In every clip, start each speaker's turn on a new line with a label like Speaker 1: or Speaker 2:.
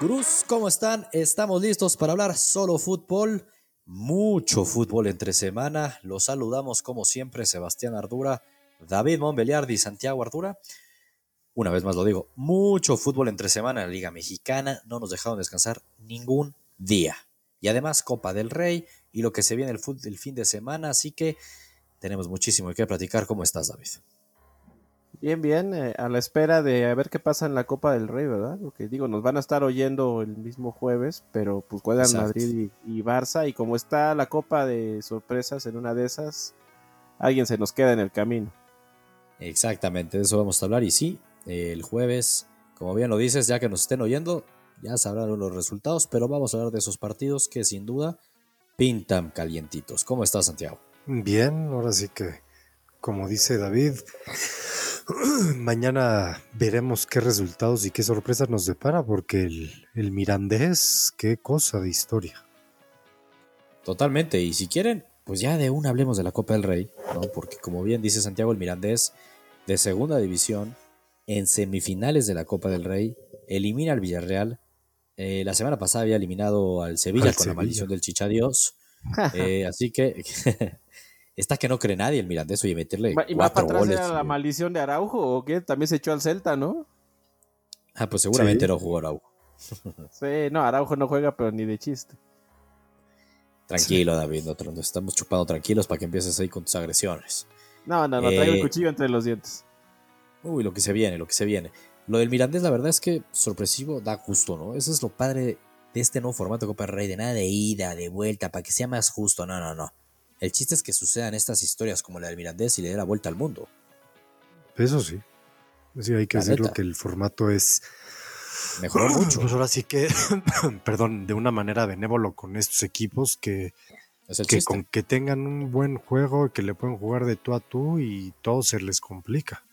Speaker 1: Cruz, ¿cómo están? Estamos listos para hablar solo fútbol, mucho fútbol entre semana. Los saludamos como siempre, Sebastián Ardura, David Monbeliardi y Santiago Ardura. Una vez más lo digo, mucho fútbol entre semana en la Liga Mexicana, no nos dejaron descansar ningún día. Y además Copa del Rey y lo que se viene el, el fin de semana, así que tenemos muchísimo que platicar. ¿Cómo estás, David?
Speaker 2: Bien, bien, eh, a la espera de a ver qué pasa en la Copa del Rey, ¿verdad? Lo que digo, nos van a estar oyendo el mismo jueves, pero pues juegan Exacto. Madrid y, y, Barça, y como está la Copa de sorpresas en una de esas, alguien se nos queda en el camino.
Speaker 1: Exactamente, de eso vamos a hablar, y sí, el jueves, como bien lo dices, ya que nos estén oyendo, ya sabrán los resultados, pero vamos a hablar de esos partidos que sin duda pintan calientitos. ¿Cómo estás, Santiago?
Speaker 3: Bien, ahora sí que, como dice David, mañana veremos qué resultados y qué sorpresas nos depara, porque el, el, Mirandés, qué cosa de historia.
Speaker 1: Totalmente, y si quieren, pues ya de una hablemos de la Copa del Rey, ¿no? porque como bien dice Santiago, el Mirandés de segunda división, en semifinales de la Copa del Rey, elimina al Villarreal. Eh, la semana pasada había eliminado al Sevilla al con Sevilla. la maldición del Chichadios. eh, así que Está que no cree nadie el Mirandés, oye, meterle.
Speaker 2: ¿Y más para atrás goles, era la maldición de Araujo o qué? También se echó al Celta, ¿no?
Speaker 1: Ah, pues seguramente sí. no jugó Araujo.
Speaker 2: sí, no, Araujo no juega, pero ni de chiste.
Speaker 1: Tranquilo, sí. David, nosotros nos estamos chupando tranquilos para que empieces ahí con tus agresiones.
Speaker 2: No, no, no, eh, traigo el cuchillo entre los dientes.
Speaker 1: Uy, lo que se viene, lo que se viene. Lo del Mirandés, la verdad es que sorpresivo, da gusto, ¿no? Eso es lo padre de este nuevo formato Copa del Rey, de nada de ida, de vuelta, para que sea más justo, no, no, no. El chiste es que sucedan estas historias como la del Mirandés y le dé la vuelta al mundo.
Speaker 3: Eso sí. Sí, hay que decirlo que el formato es.
Speaker 1: Mejor mucho.
Speaker 3: Pues ahora sí que, perdón, de una manera benévolo con estos equipos que. Es que con que tengan un buen juego, que le pueden jugar de tú a tú y todo se les complica.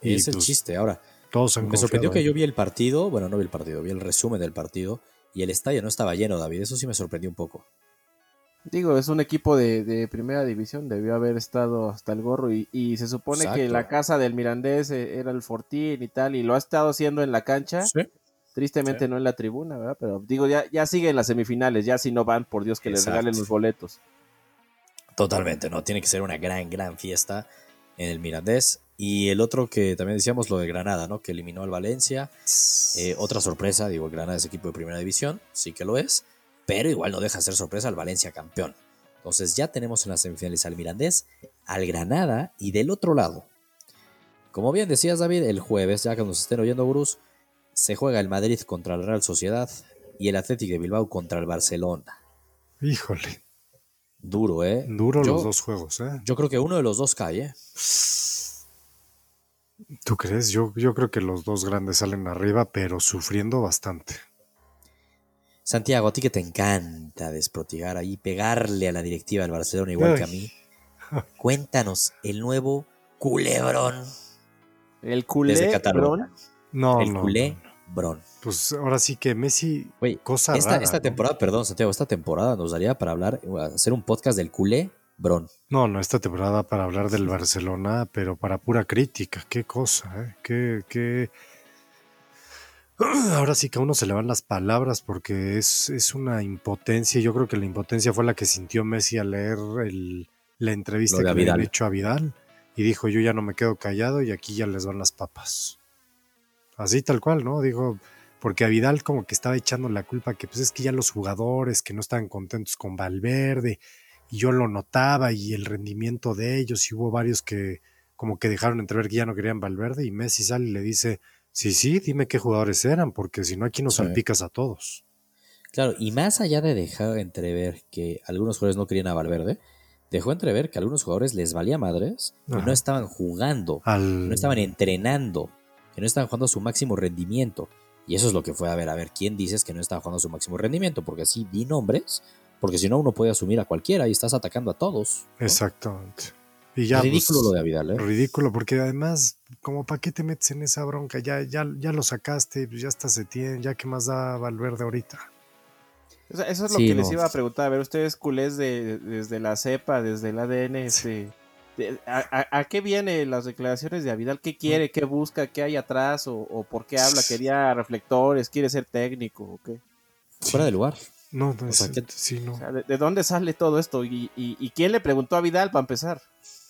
Speaker 1: Y es pues, el chiste. Ahora,
Speaker 3: todos
Speaker 1: me sorprendió que yo vi el partido, bueno, no vi el partido, vi el resumen del partido y el estadio no estaba lleno, David. Eso sí me sorprendió un poco.
Speaker 2: Digo, es un equipo de, de, primera división, debió haber estado hasta el gorro y, y se supone Exacto. que la casa del Mirandés eh, era el Fortín y tal, y lo ha estado haciendo en la cancha, sí. tristemente sí. no en la tribuna, ¿verdad? Pero digo, ya, ya siguen las semifinales, ya si no van, por Dios que Exacto. les regalen los boletos.
Speaker 1: Totalmente, ¿no? Tiene que ser una gran, gran fiesta en el Mirandés. Y el otro que también decíamos, lo de Granada, ¿no? Que eliminó al Valencia. Eh, otra sorpresa, digo, Granada es equipo de primera división, sí que lo es pero igual no deja ser sorpresa al Valencia campeón. Entonces ya tenemos en las semifinales al Mirandés, al Granada y del otro lado. Como bien decías David, el jueves, ya que nos estén oyendo Bruce, se juega el Madrid contra el Real Sociedad y el Athletic de Bilbao contra el Barcelona.
Speaker 3: Híjole.
Speaker 1: Duro, ¿eh?
Speaker 3: Duro yo, los dos juegos, ¿eh?
Speaker 1: Yo creo que uno de los dos cae, ¿eh?
Speaker 3: ¿Tú crees? Yo, yo creo que los dos grandes salen arriba, pero sufriendo bastante.
Speaker 1: Santiago, a ti que te encanta desprotigar ahí, pegarle a la directiva del Barcelona igual Ay. que a mí. Cuéntanos el nuevo culebrón.
Speaker 2: El culebrón.
Speaker 3: No,
Speaker 1: el
Speaker 3: no,
Speaker 1: culebrón.
Speaker 3: Pues ahora sí que Messi,
Speaker 1: Wey,
Speaker 3: cosa
Speaker 1: esta,
Speaker 3: rara,
Speaker 1: esta temporada, ¿no? perdón, Santiago, esta temporada nos daría para hablar, hacer un podcast del culebrón.
Speaker 3: No, no, esta temporada para hablar del Barcelona, pero para pura crítica. Qué cosa, ¿eh? Qué, qué, ahora sí que a uno se le van las palabras porque es, es, una impotencia. Yo creo que la impotencia fue la que sintió Messi al leer el, la entrevista que le han hecho a Vidal y dijo: Yo ya no me quedo callado y aquí ya les van las papas. Así tal cual, ¿no? Dijo, porque a Vidal como que estaba echando la culpa que pues es que ya los jugadores que no estaban contentos con Valverde y yo lo notaba y el rendimiento de ellos y hubo varios que como que dejaron entrever que ya no querían Valverde y Messi sale y le dice, Sí, sí, dime qué jugadores eran, porque si no aquí nos sí. salpicas a todos.
Speaker 1: Claro, y más allá de dejar entrever que algunos jugadores no querían a Valverde, dejó entrever que a algunos jugadores les valía madres, Ajá. que no estaban jugando, Al... no estaban entrenando, que no estaban jugando a su máximo rendimiento. Y eso es lo que fue a ver, a ver, ¿quién dices que no estaba jugando a su máximo rendimiento? Porque así di nombres, porque si no uno puede asumir a cualquiera y estás atacando a todos.
Speaker 3: ¿no? Exactamente.
Speaker 1: Y ya, ridículo pues, lo de Vidal, ¿eh?
Speaker 3: Ridículo, porque además, como para qué te metes en esa bronca, ya, ya, ya lo sacaste, pues, ya hasta se tiene, ya que más da Valverde ahorita.
Speaker 2: O sea, eso es lo sí, que no. les iba a preguntar, a ver, ustedes culés de, desde la cepa, desde el ADN, sí. este, a, a, a qué vienen las declaraciones de Avidal? ¿Qué quiere? ¿Qué busca? ¿Qué hay atrás? ¿O, o por qué habla? ¿Quería reflectores? ¿Quiere ser técnico? ¿O qué?
Speaker 1: Fuera de lugar.
Speaker 3: No, no, o sea, es, que, sí, no.
Speaker 2: O sea, ¿de, ¿de, dónde sale todo esto? ¿Y, ¿Y, y, quién le preguntó a Vidal para empezar?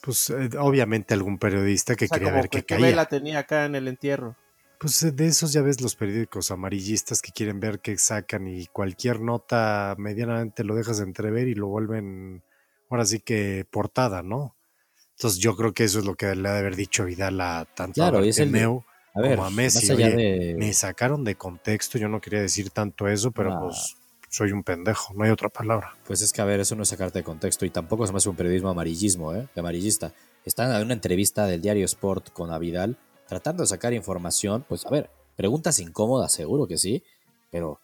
Speaker 3: Pues eh, obviamente algún periodista que quería ver qué caía.
Speaker 2: la tenía acá en el entierro.
Speaker 3: Pues de esos ya ves los periódicos amarillistas que quieren ver qué sacan y cualquier nota medianamente lo dejas de entrever y lo vuelven ahora sí que portada, ¿no? Entonces yo creo que eso es lo que le ha de haber dicho Vidal a tanto
Speaker 1: claro,
Speaker 3: a
Speaker 1: es el
Speaker 3: Meo de, a ver, como a Messi. Oye, de... Me sacaron de contexto, yo no quería decir tanto eso, pero nah. pues soy un pendejo, no hay otra palabra.
Speaker 1: Pues es que a ver, eso no es sacarte de contexto y tampoco es más un periodismo amarillismo, ¿eh? De amarillista. Están en una entrevista del diario Sport con Avidal tratando de sacar información, pues a ver, preguntas incómodas, seguro que sí, pero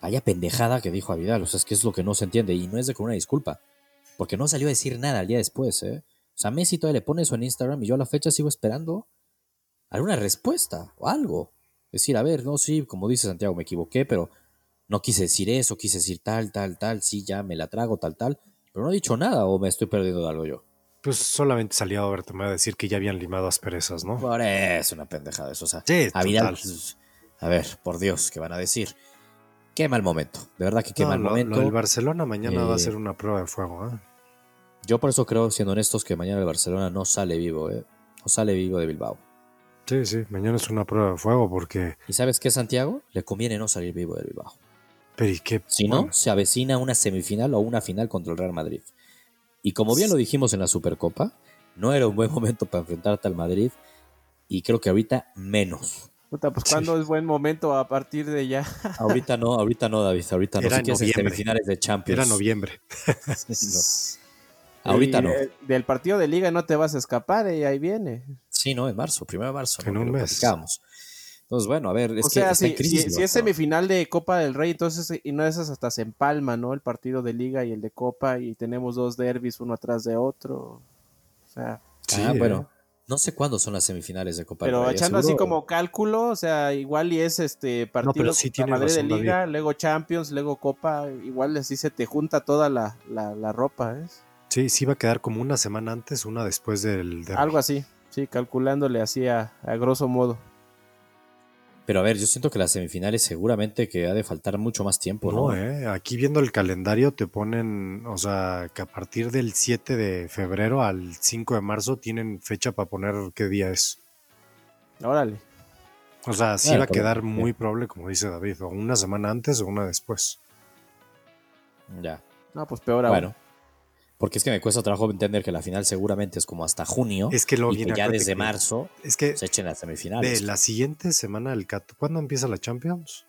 Speaker 1: vaya pendejada que dijo Avidal, o sea, es que es lo que no se entiende y no es de con una disculpa, porque no salió a decir nada al día después, ¿eh? O sea, Messi todavía le pone eso en Instagram y yo a la fecha sigo esperando alguna respuesta o algo. Es decir, a ver, no, sí, como dice Santiago, me equivoqué, pero no quise decir eso, quise decir tal, tal, tal, sí, ya me la trago, tal, tal, pero no he dicho nada o me estoy perdiendo de algo yo.
Speaker 3: Pues solamente salió a verte, me va a decir que ya habían limado asperezas, ¿no?
Speaker 1: Por eso, una pendejada eso, o sea,
Speaker 3: sí,
Speaker 1: a, Vidal, a ver, por Dios, ¿qué van a decir? Qué mal momento, de verdad que qué no, mal
Speaker 3: lo,
Speaker 1: momento.
Speaker 3: Lo del Barcelona mañana eh, va a ser una prueba de fuego, ¿eh?
Speaker 1: Yo por eso creo, siendo honestos, que mañana el Barcelona no sale vivo, ¿eh? No sale vivo de Bilbao.
Speaker 3: Sí, sí, mañana es una prueba de fuego porque...
Speaker 1: ¿Y sabes qué, Santiago? Le conviene no salir vivo de Bilbao.
Speaker 3: Pero ¿y qué?
Speaker 1: Si no, se avecina una semifinal o una final contra el Real Madrid. Y como bien lo dijimos en la Supercopa, no era un buen momento para enfrentarte al Madrid y creo que ahorita menos.
Speaker 2: Puta, pues ¿cuándo sí. es buen momento a partir de ya?
Speaker 1: ahorita no, ahorita no, David, ahorita no.
Speaker 3: Era
Speaker 1: si quieres en semifinales de Champions.
Speaker 3: Era noviembre.
Speaker 1: Ah, sí, no. Ahorita
Speaker 2: y,
Speaker 1: no.
Speaker 2: Eh, del partido de liga no te vas a escapar y eh, ahí viene.
Speaker 1: Sí, no, en marzo, primero de marzo.
Speaker 3: En
Speaker 1: no,
Speaker 3: un mes.
Speaker 1: Entonces, bueno, a ver, es
Speaker 2: o
Speaker 1: que
Speaker 2: sea,
Speaker 1: está
Speaker 2: si,
Speaker 1: en crisis,
Speaker 2: si,
Speaker 1: ¿no?
Speaker 2: si es semifinal de Copa del Rey, entonces, y no esas hasta se empalma, ¿no? El partido de Liga y el de Copa, y tenemos dos derbis uno atrás de otro. O sea.
Speaker 1: Sí,
Speaker 3: ¿eh?
Speaker 1: ah, bueno. No sé cuándo son las semifinales de Copa
Speaker 2: Pero
Speaker 1: del Rey. ¿eh?
Speaker 2: echando
Speaker 1: seguro.
Speaker 2: así como cálculo, o sea, igual y es este partido
Speaker 3: pero sí
Speaker 2: contra
Speaker 3: tiene
Speaker 2: Madrid de
Speaker 3: razón, David.
Speaker 2: Liga, luego Champions, luego Copa, igual así se te junta toda la, la, la ropa, ¿ves?
Speaker 3: Sí, sí va a quedar como una semana antes, una después del... derbi.
Speaker 2: Algo así, sí, calculándole así a, a grosso modo.
Speaker 1: Pero a ver, yo siento que las semifinales seguramente que ha de faltar mucho más tiempo, ¿no?
Speaker 3: No, eh. Aquí viendo el calendario te ponen, o sea, que a partir del 7 de febrero al 5 de marzo tienen fecha para poner qué día es.
Speaker 2: Órale.
Speaker 3: O sea, sí
Speaker 1: Claro,
Speaker 3: va a
Speaker 1: pero-
Speaker 3: quedar
Speaker 1: sí.
Speaker 3: muy probable, como dice David, o una semana antes o una después.
Speaker 1: Ya.
Speaker 2: No, pues peor aún.
Speaker 1: Bueno. Porque es que me cuesta trabajo entender que la final seguramente es como hasta junio.
Speaker 3: Es que luego
Speaker 1: y que
Speaker 3: viene,
Speaker 1: ya
Speaker 3: acuérdate
Speaker 1: desde
Speaker 3: que-
Speaker 1: marzo
Speaker 3: Es que
Speaker 1: se echen las
Speaker 3: de
Speaker 1: semifinales.
Speaker 3: la siguiente semana del cat, ¿cuándo empieza la Champions?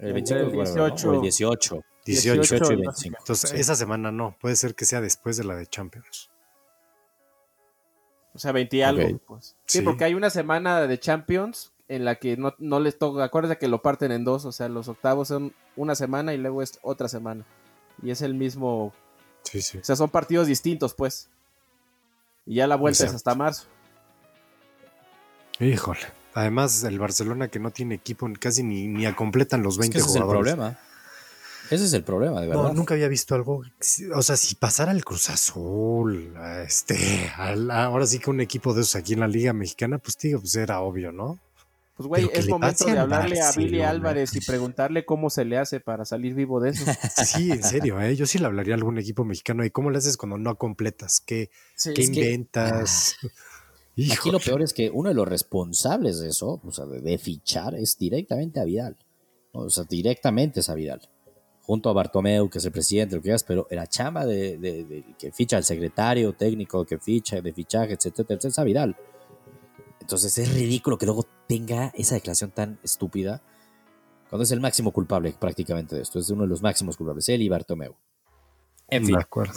Speaker 1: el 25
Speaker 2: el
Speaker 1: de febrero, ¿no? O
Speaker 2: 18.
Speaker 1: el 18.
Speaker 3: 18.
Speaker 1: 18 y 25.
Speaker 3: Entonces,
Speaker 1: sí.
Speaker 3: esa semana no, puede ser que sea después de la de Champions.
Speaker 2: O sea, 20 y algo.
Speaker 1: Ok.
Speaker 2: Pues. Sí,
Speaker 3: Sí.
Speaker 2: porque hay una semana de Champions en la que no, no les toca. Acuérdate que lo parten en dos. O sea, los octavos son una semana y luego es otra semana. Y es el mismo. O
Speaker 3: Sí, sí.
Speaker 2: sea, son partidos distintos, pues. Y ya la vuelta
Speaker 3: Exacto.
Speaker 2: es hasta marzo.
Speaker 3: Híjole. Además, el Barcelona que no tiene equipo casi ni, ni a completan los
Speaker 1: Es
Speaker 3: 20
Speaker 1: que ese es el
Speaker 3: jugadores.
Speaker 1: problema. Ese es el problema, de verdad.
Speaker 3: No, nunca había visto algo. O sea, si pasara el Cruz Azul, a este, al- ahora sí que un equipo de esos aquí en la Liga Mexicana, pues digo, pues era obvio, ¿no?
Speaker 2: Pues, güey,
Speaker 3: Pero que
Speaker 2: es
Speaker 3: le
Speaker 2: momento
Speaker 3: pase
Speaker 2: de
Speaker 3: al
Speaker 2: hablarle a Billy
Speaker 3: Barcelona.
Speaker 2: Álvarez y preguntarle cómo se le hace para salir vivo de eso.
Speaker 3: Sí, en serio, ¿eh? yo sí le hablaría a algún equipo mexicano. ¿Y cómo le haces cuando no completas? ¿Qué,
Speaker 2: Sí,
Speaker 3: qué
Speaker 2: es que-
Speaker 3: inventas?
Speaker 1: Aquí
Speaker 3: Hijo,
Speaker 1: lo peor es que uno de los responsables de eso, o sea, de, de fichar, es directamente a Vidal. ¿no? O sea, directamente es a Vidal. Junto a Bartomeu, que es el presidente, lo que quieras, pero la chamba de, de- de- que ficha el secretario técnico, que ficha, de fichaje, etcétera, etcétera, es a Vidal. Entonces es ridículo que luego tenga esa declaración tan estúpida cuando es el máximo culpable prácticamente de esto. Es uno de los máximos culpables, él y Bartomeu. En fin,
Speaker 3: de acuerdo.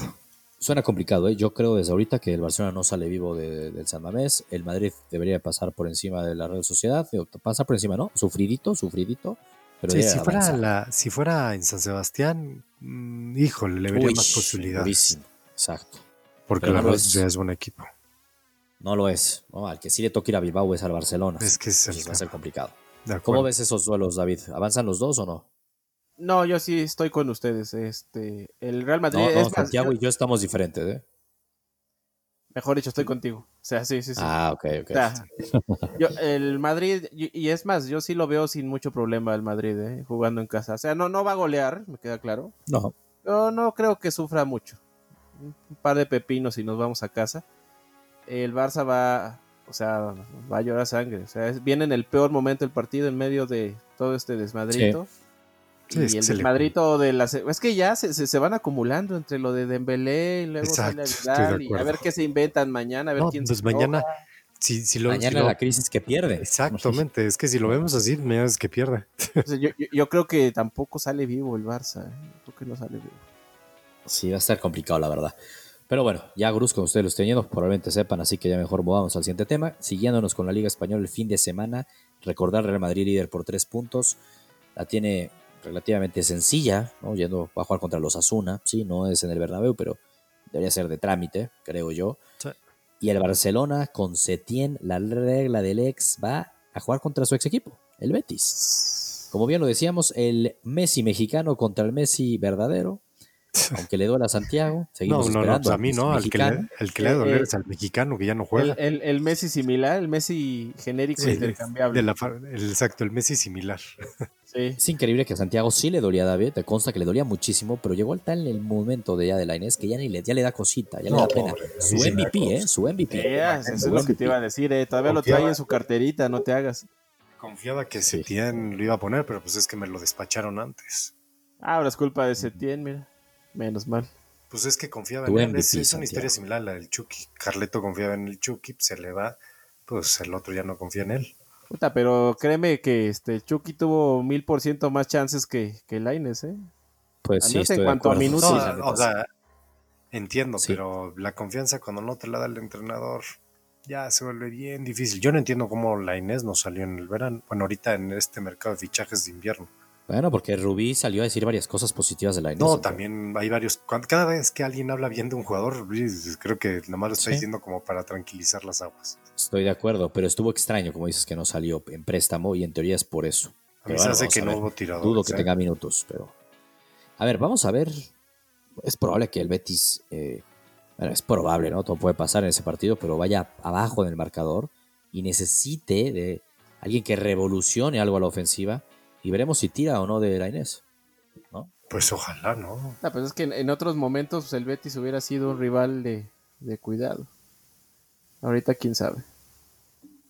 Speaker 1: Suena complicado, ¿eh? Yo creo desde ahorita que el Barcelona no sale vivo de- del San Mamés. El Madrid debería pasar por encima de la Real Sociedad. Digo, Pasa por encima, ¿no? Sufridito, sufridito. Pero
Speaker 3: Sí,
Speaker 1: debería
Speaker 3: si, fuera
Speaker 1: avanzar.
Speaker 3: la- si fuera en San Sebastián, mm, híjole, le vería
Speaker 1: Uy,
Speaker 3: más posibilidades.
Speaker 1: durísimo. Exacto.
Speaker 3: Porque
Speaker 1: Pero
Speaker 3: la
Speaker 1: no lo
Speaker 3: verdad
Speaker 1: es.
Speaker 3: ya es buen equipo.
Speaker 1: No lo es. ¿no? Al que sí le toca ir a Bilbao es al Barcelona.
Speaker 3: Es que es el
Speaker 1: Entonces va a ser
Speaker 3: tema.
Speaker 1: complicado.
Speaker 3: De acuerdo.
Speaker 1: ¿Cómo ves esos duelos, David? ¿Avanzan los dos o no?
Speaker 2: No, yo sí estoy con ustedes. Este, el Real Madrid
Speaker 1: No, no,
Speaker 2: es más-
Speaker 1: Santiago y yo estamos diferentes, ¿eh?
Speaker 2: Mejor dicho, estoy contigo. O sea, sí, sí, sí.
Speaker 1: Ah, ok, ok.
Speaker 2: O sea, yo, el Madrid, y es más, yo sí lo veo sin mucho problema el Madrid, ¿eh? jugando en casa. O sea, no, no va a golear, me queda claro.
Speaker 1: No.
Speaker 2: Yo no creo que sufra mucho. Un par de pepinos y nos vamos a casa. El Barça va, o sea, va a llorar sangre. O sea, es, viene en el peor momento el partido, en medio de todo este desmadrito. Sí. Sí, y el desmadrito le... de las... Es que ya se, se, se, van acumulando entre lo de Dembélé y luego Exacto, sale de y a ver qué se inventan mañana, a ver no, quién
Speaker 3: pues
Speaker 2: se
Speaker 3: mañana, toca. si, si lo,
Speaker 1: mañana
Speaker 3: si
Speaker 1: la crisis que pierde.
Speaker 3: Exactamente, es que si lo vemos así, mañana es que pierde.
Speaker 2: Entonces, yo, yo, yo, creo que tampoco sale vivo el Barça, ¿eh? creo que no sale vivo.
Speaker 1: Sí, va a estar complicado, la verdad. Pero bueno, ya Grus, como ustedes lo estén yendo, probablemente sepan, así que ya mejor movamos al siguiente tema. Siguiéndonos con la Liga Española el fin de semana, recordar Real Madrid líder por tres puntos. La tiene relativamente sencilla, ¿no? Yendo, va a jugar contra los Asuna, sí, no es en el Bernabéu, pero debería ser de trámite, creo yo. Sí. Y el Barcelona con Setién, la regla del ex, va a jugar contra su ex equipo, el Betis. Como bien lo decíamos, el Messi mexicano contra el Messi verdadero, aunque le duele a Santiago, seguimos
Speaker 3: no, no, esperando. No, pues a mí no, al que, le, al que
Speaker 1: Eh,
Speaker 3: le doler es al mexicano que ya no juega.
Speaker 2: El, el, el Messi similar, el Messi genérico sí, intercambiable.
Speaker 3: De la, el, exacto, el Messi similar.
Speaker 1: Sí. Es increíble que a Santiago sí le dolía a David, te consta que le dolía muchísimo, pero llegó al tal el momento de ya de la Inés que ya, ni le, ya le da cosita, ya no, le da pena. Pobre, su MVP, ¿eh? Su MVP.
Speaker 2: Yeah, eso es lo que te iba a decir, ¿eh? Todavía Confiaba. lo trae en su carterita, no te hagas.
Speaker 3: Confiaba que sí. Setién lo iba a poner, pero pues es que me lo despacharon antes.
Speaker 2: Ah, ahora es culpa de Setién, mira. Menos mal.
Speaker 3: Pues es que confiaba en él. Es, es, una historia similar a la del Chucky. Carleto confiaba en el Chucky, se le va. Pues el otro ya no confía en él.
Speaker 2: Puta, pero créeme que este Chucky tuvo mil por ciento más chances que, que Laines, ¿eh?
Speaker 1: Pues a sí, estoy
Speaker 2: en cuanto a minutos.
Speaker 3: No, o sea, entiendo, sí. pero la confianza cuando no te la da el entrenador ya se vuelve bien difícil. Yo no entiendo cómo Laines no salió en el verano. Bueno, ahorita en este mercado de fichajes de invierno.
Speaker 1: Bueno, porque Rubí salió a decir varias cosas positivas de la
Speaker 3: No, también hay varios. Cada vez que alguien habla bien de un jugador, creo que nomás lo está sí. diciendo como para tranquilizar las aguas.
Speaker 1: Estoy de acuerdo, pero estuvo extraño, como dices, que no salió en préstamo y en teoría es por eso.
Speaker 3: A mí se hace que no hubo tirador.
Speaker 1: Dudo que ¿eh? tenga minutos, pero. A ver, vamos a ver. Es probable que el Betis. Eh... bueno, es probable, ¿no? Todo puede pasar en ese partido, pero vaya abajo en el marcador y necesite de alguien que revolucione algo a la ofensiva y veremos si tira o no de la Inés. ¿no?
Speaker 3: Pues ojalá, ¿no?
Speaker 2: No, pues es que en, en otros momentos pues, el Betis hubiera sido un rival de, de, cuidado. Ahorita quién sabe.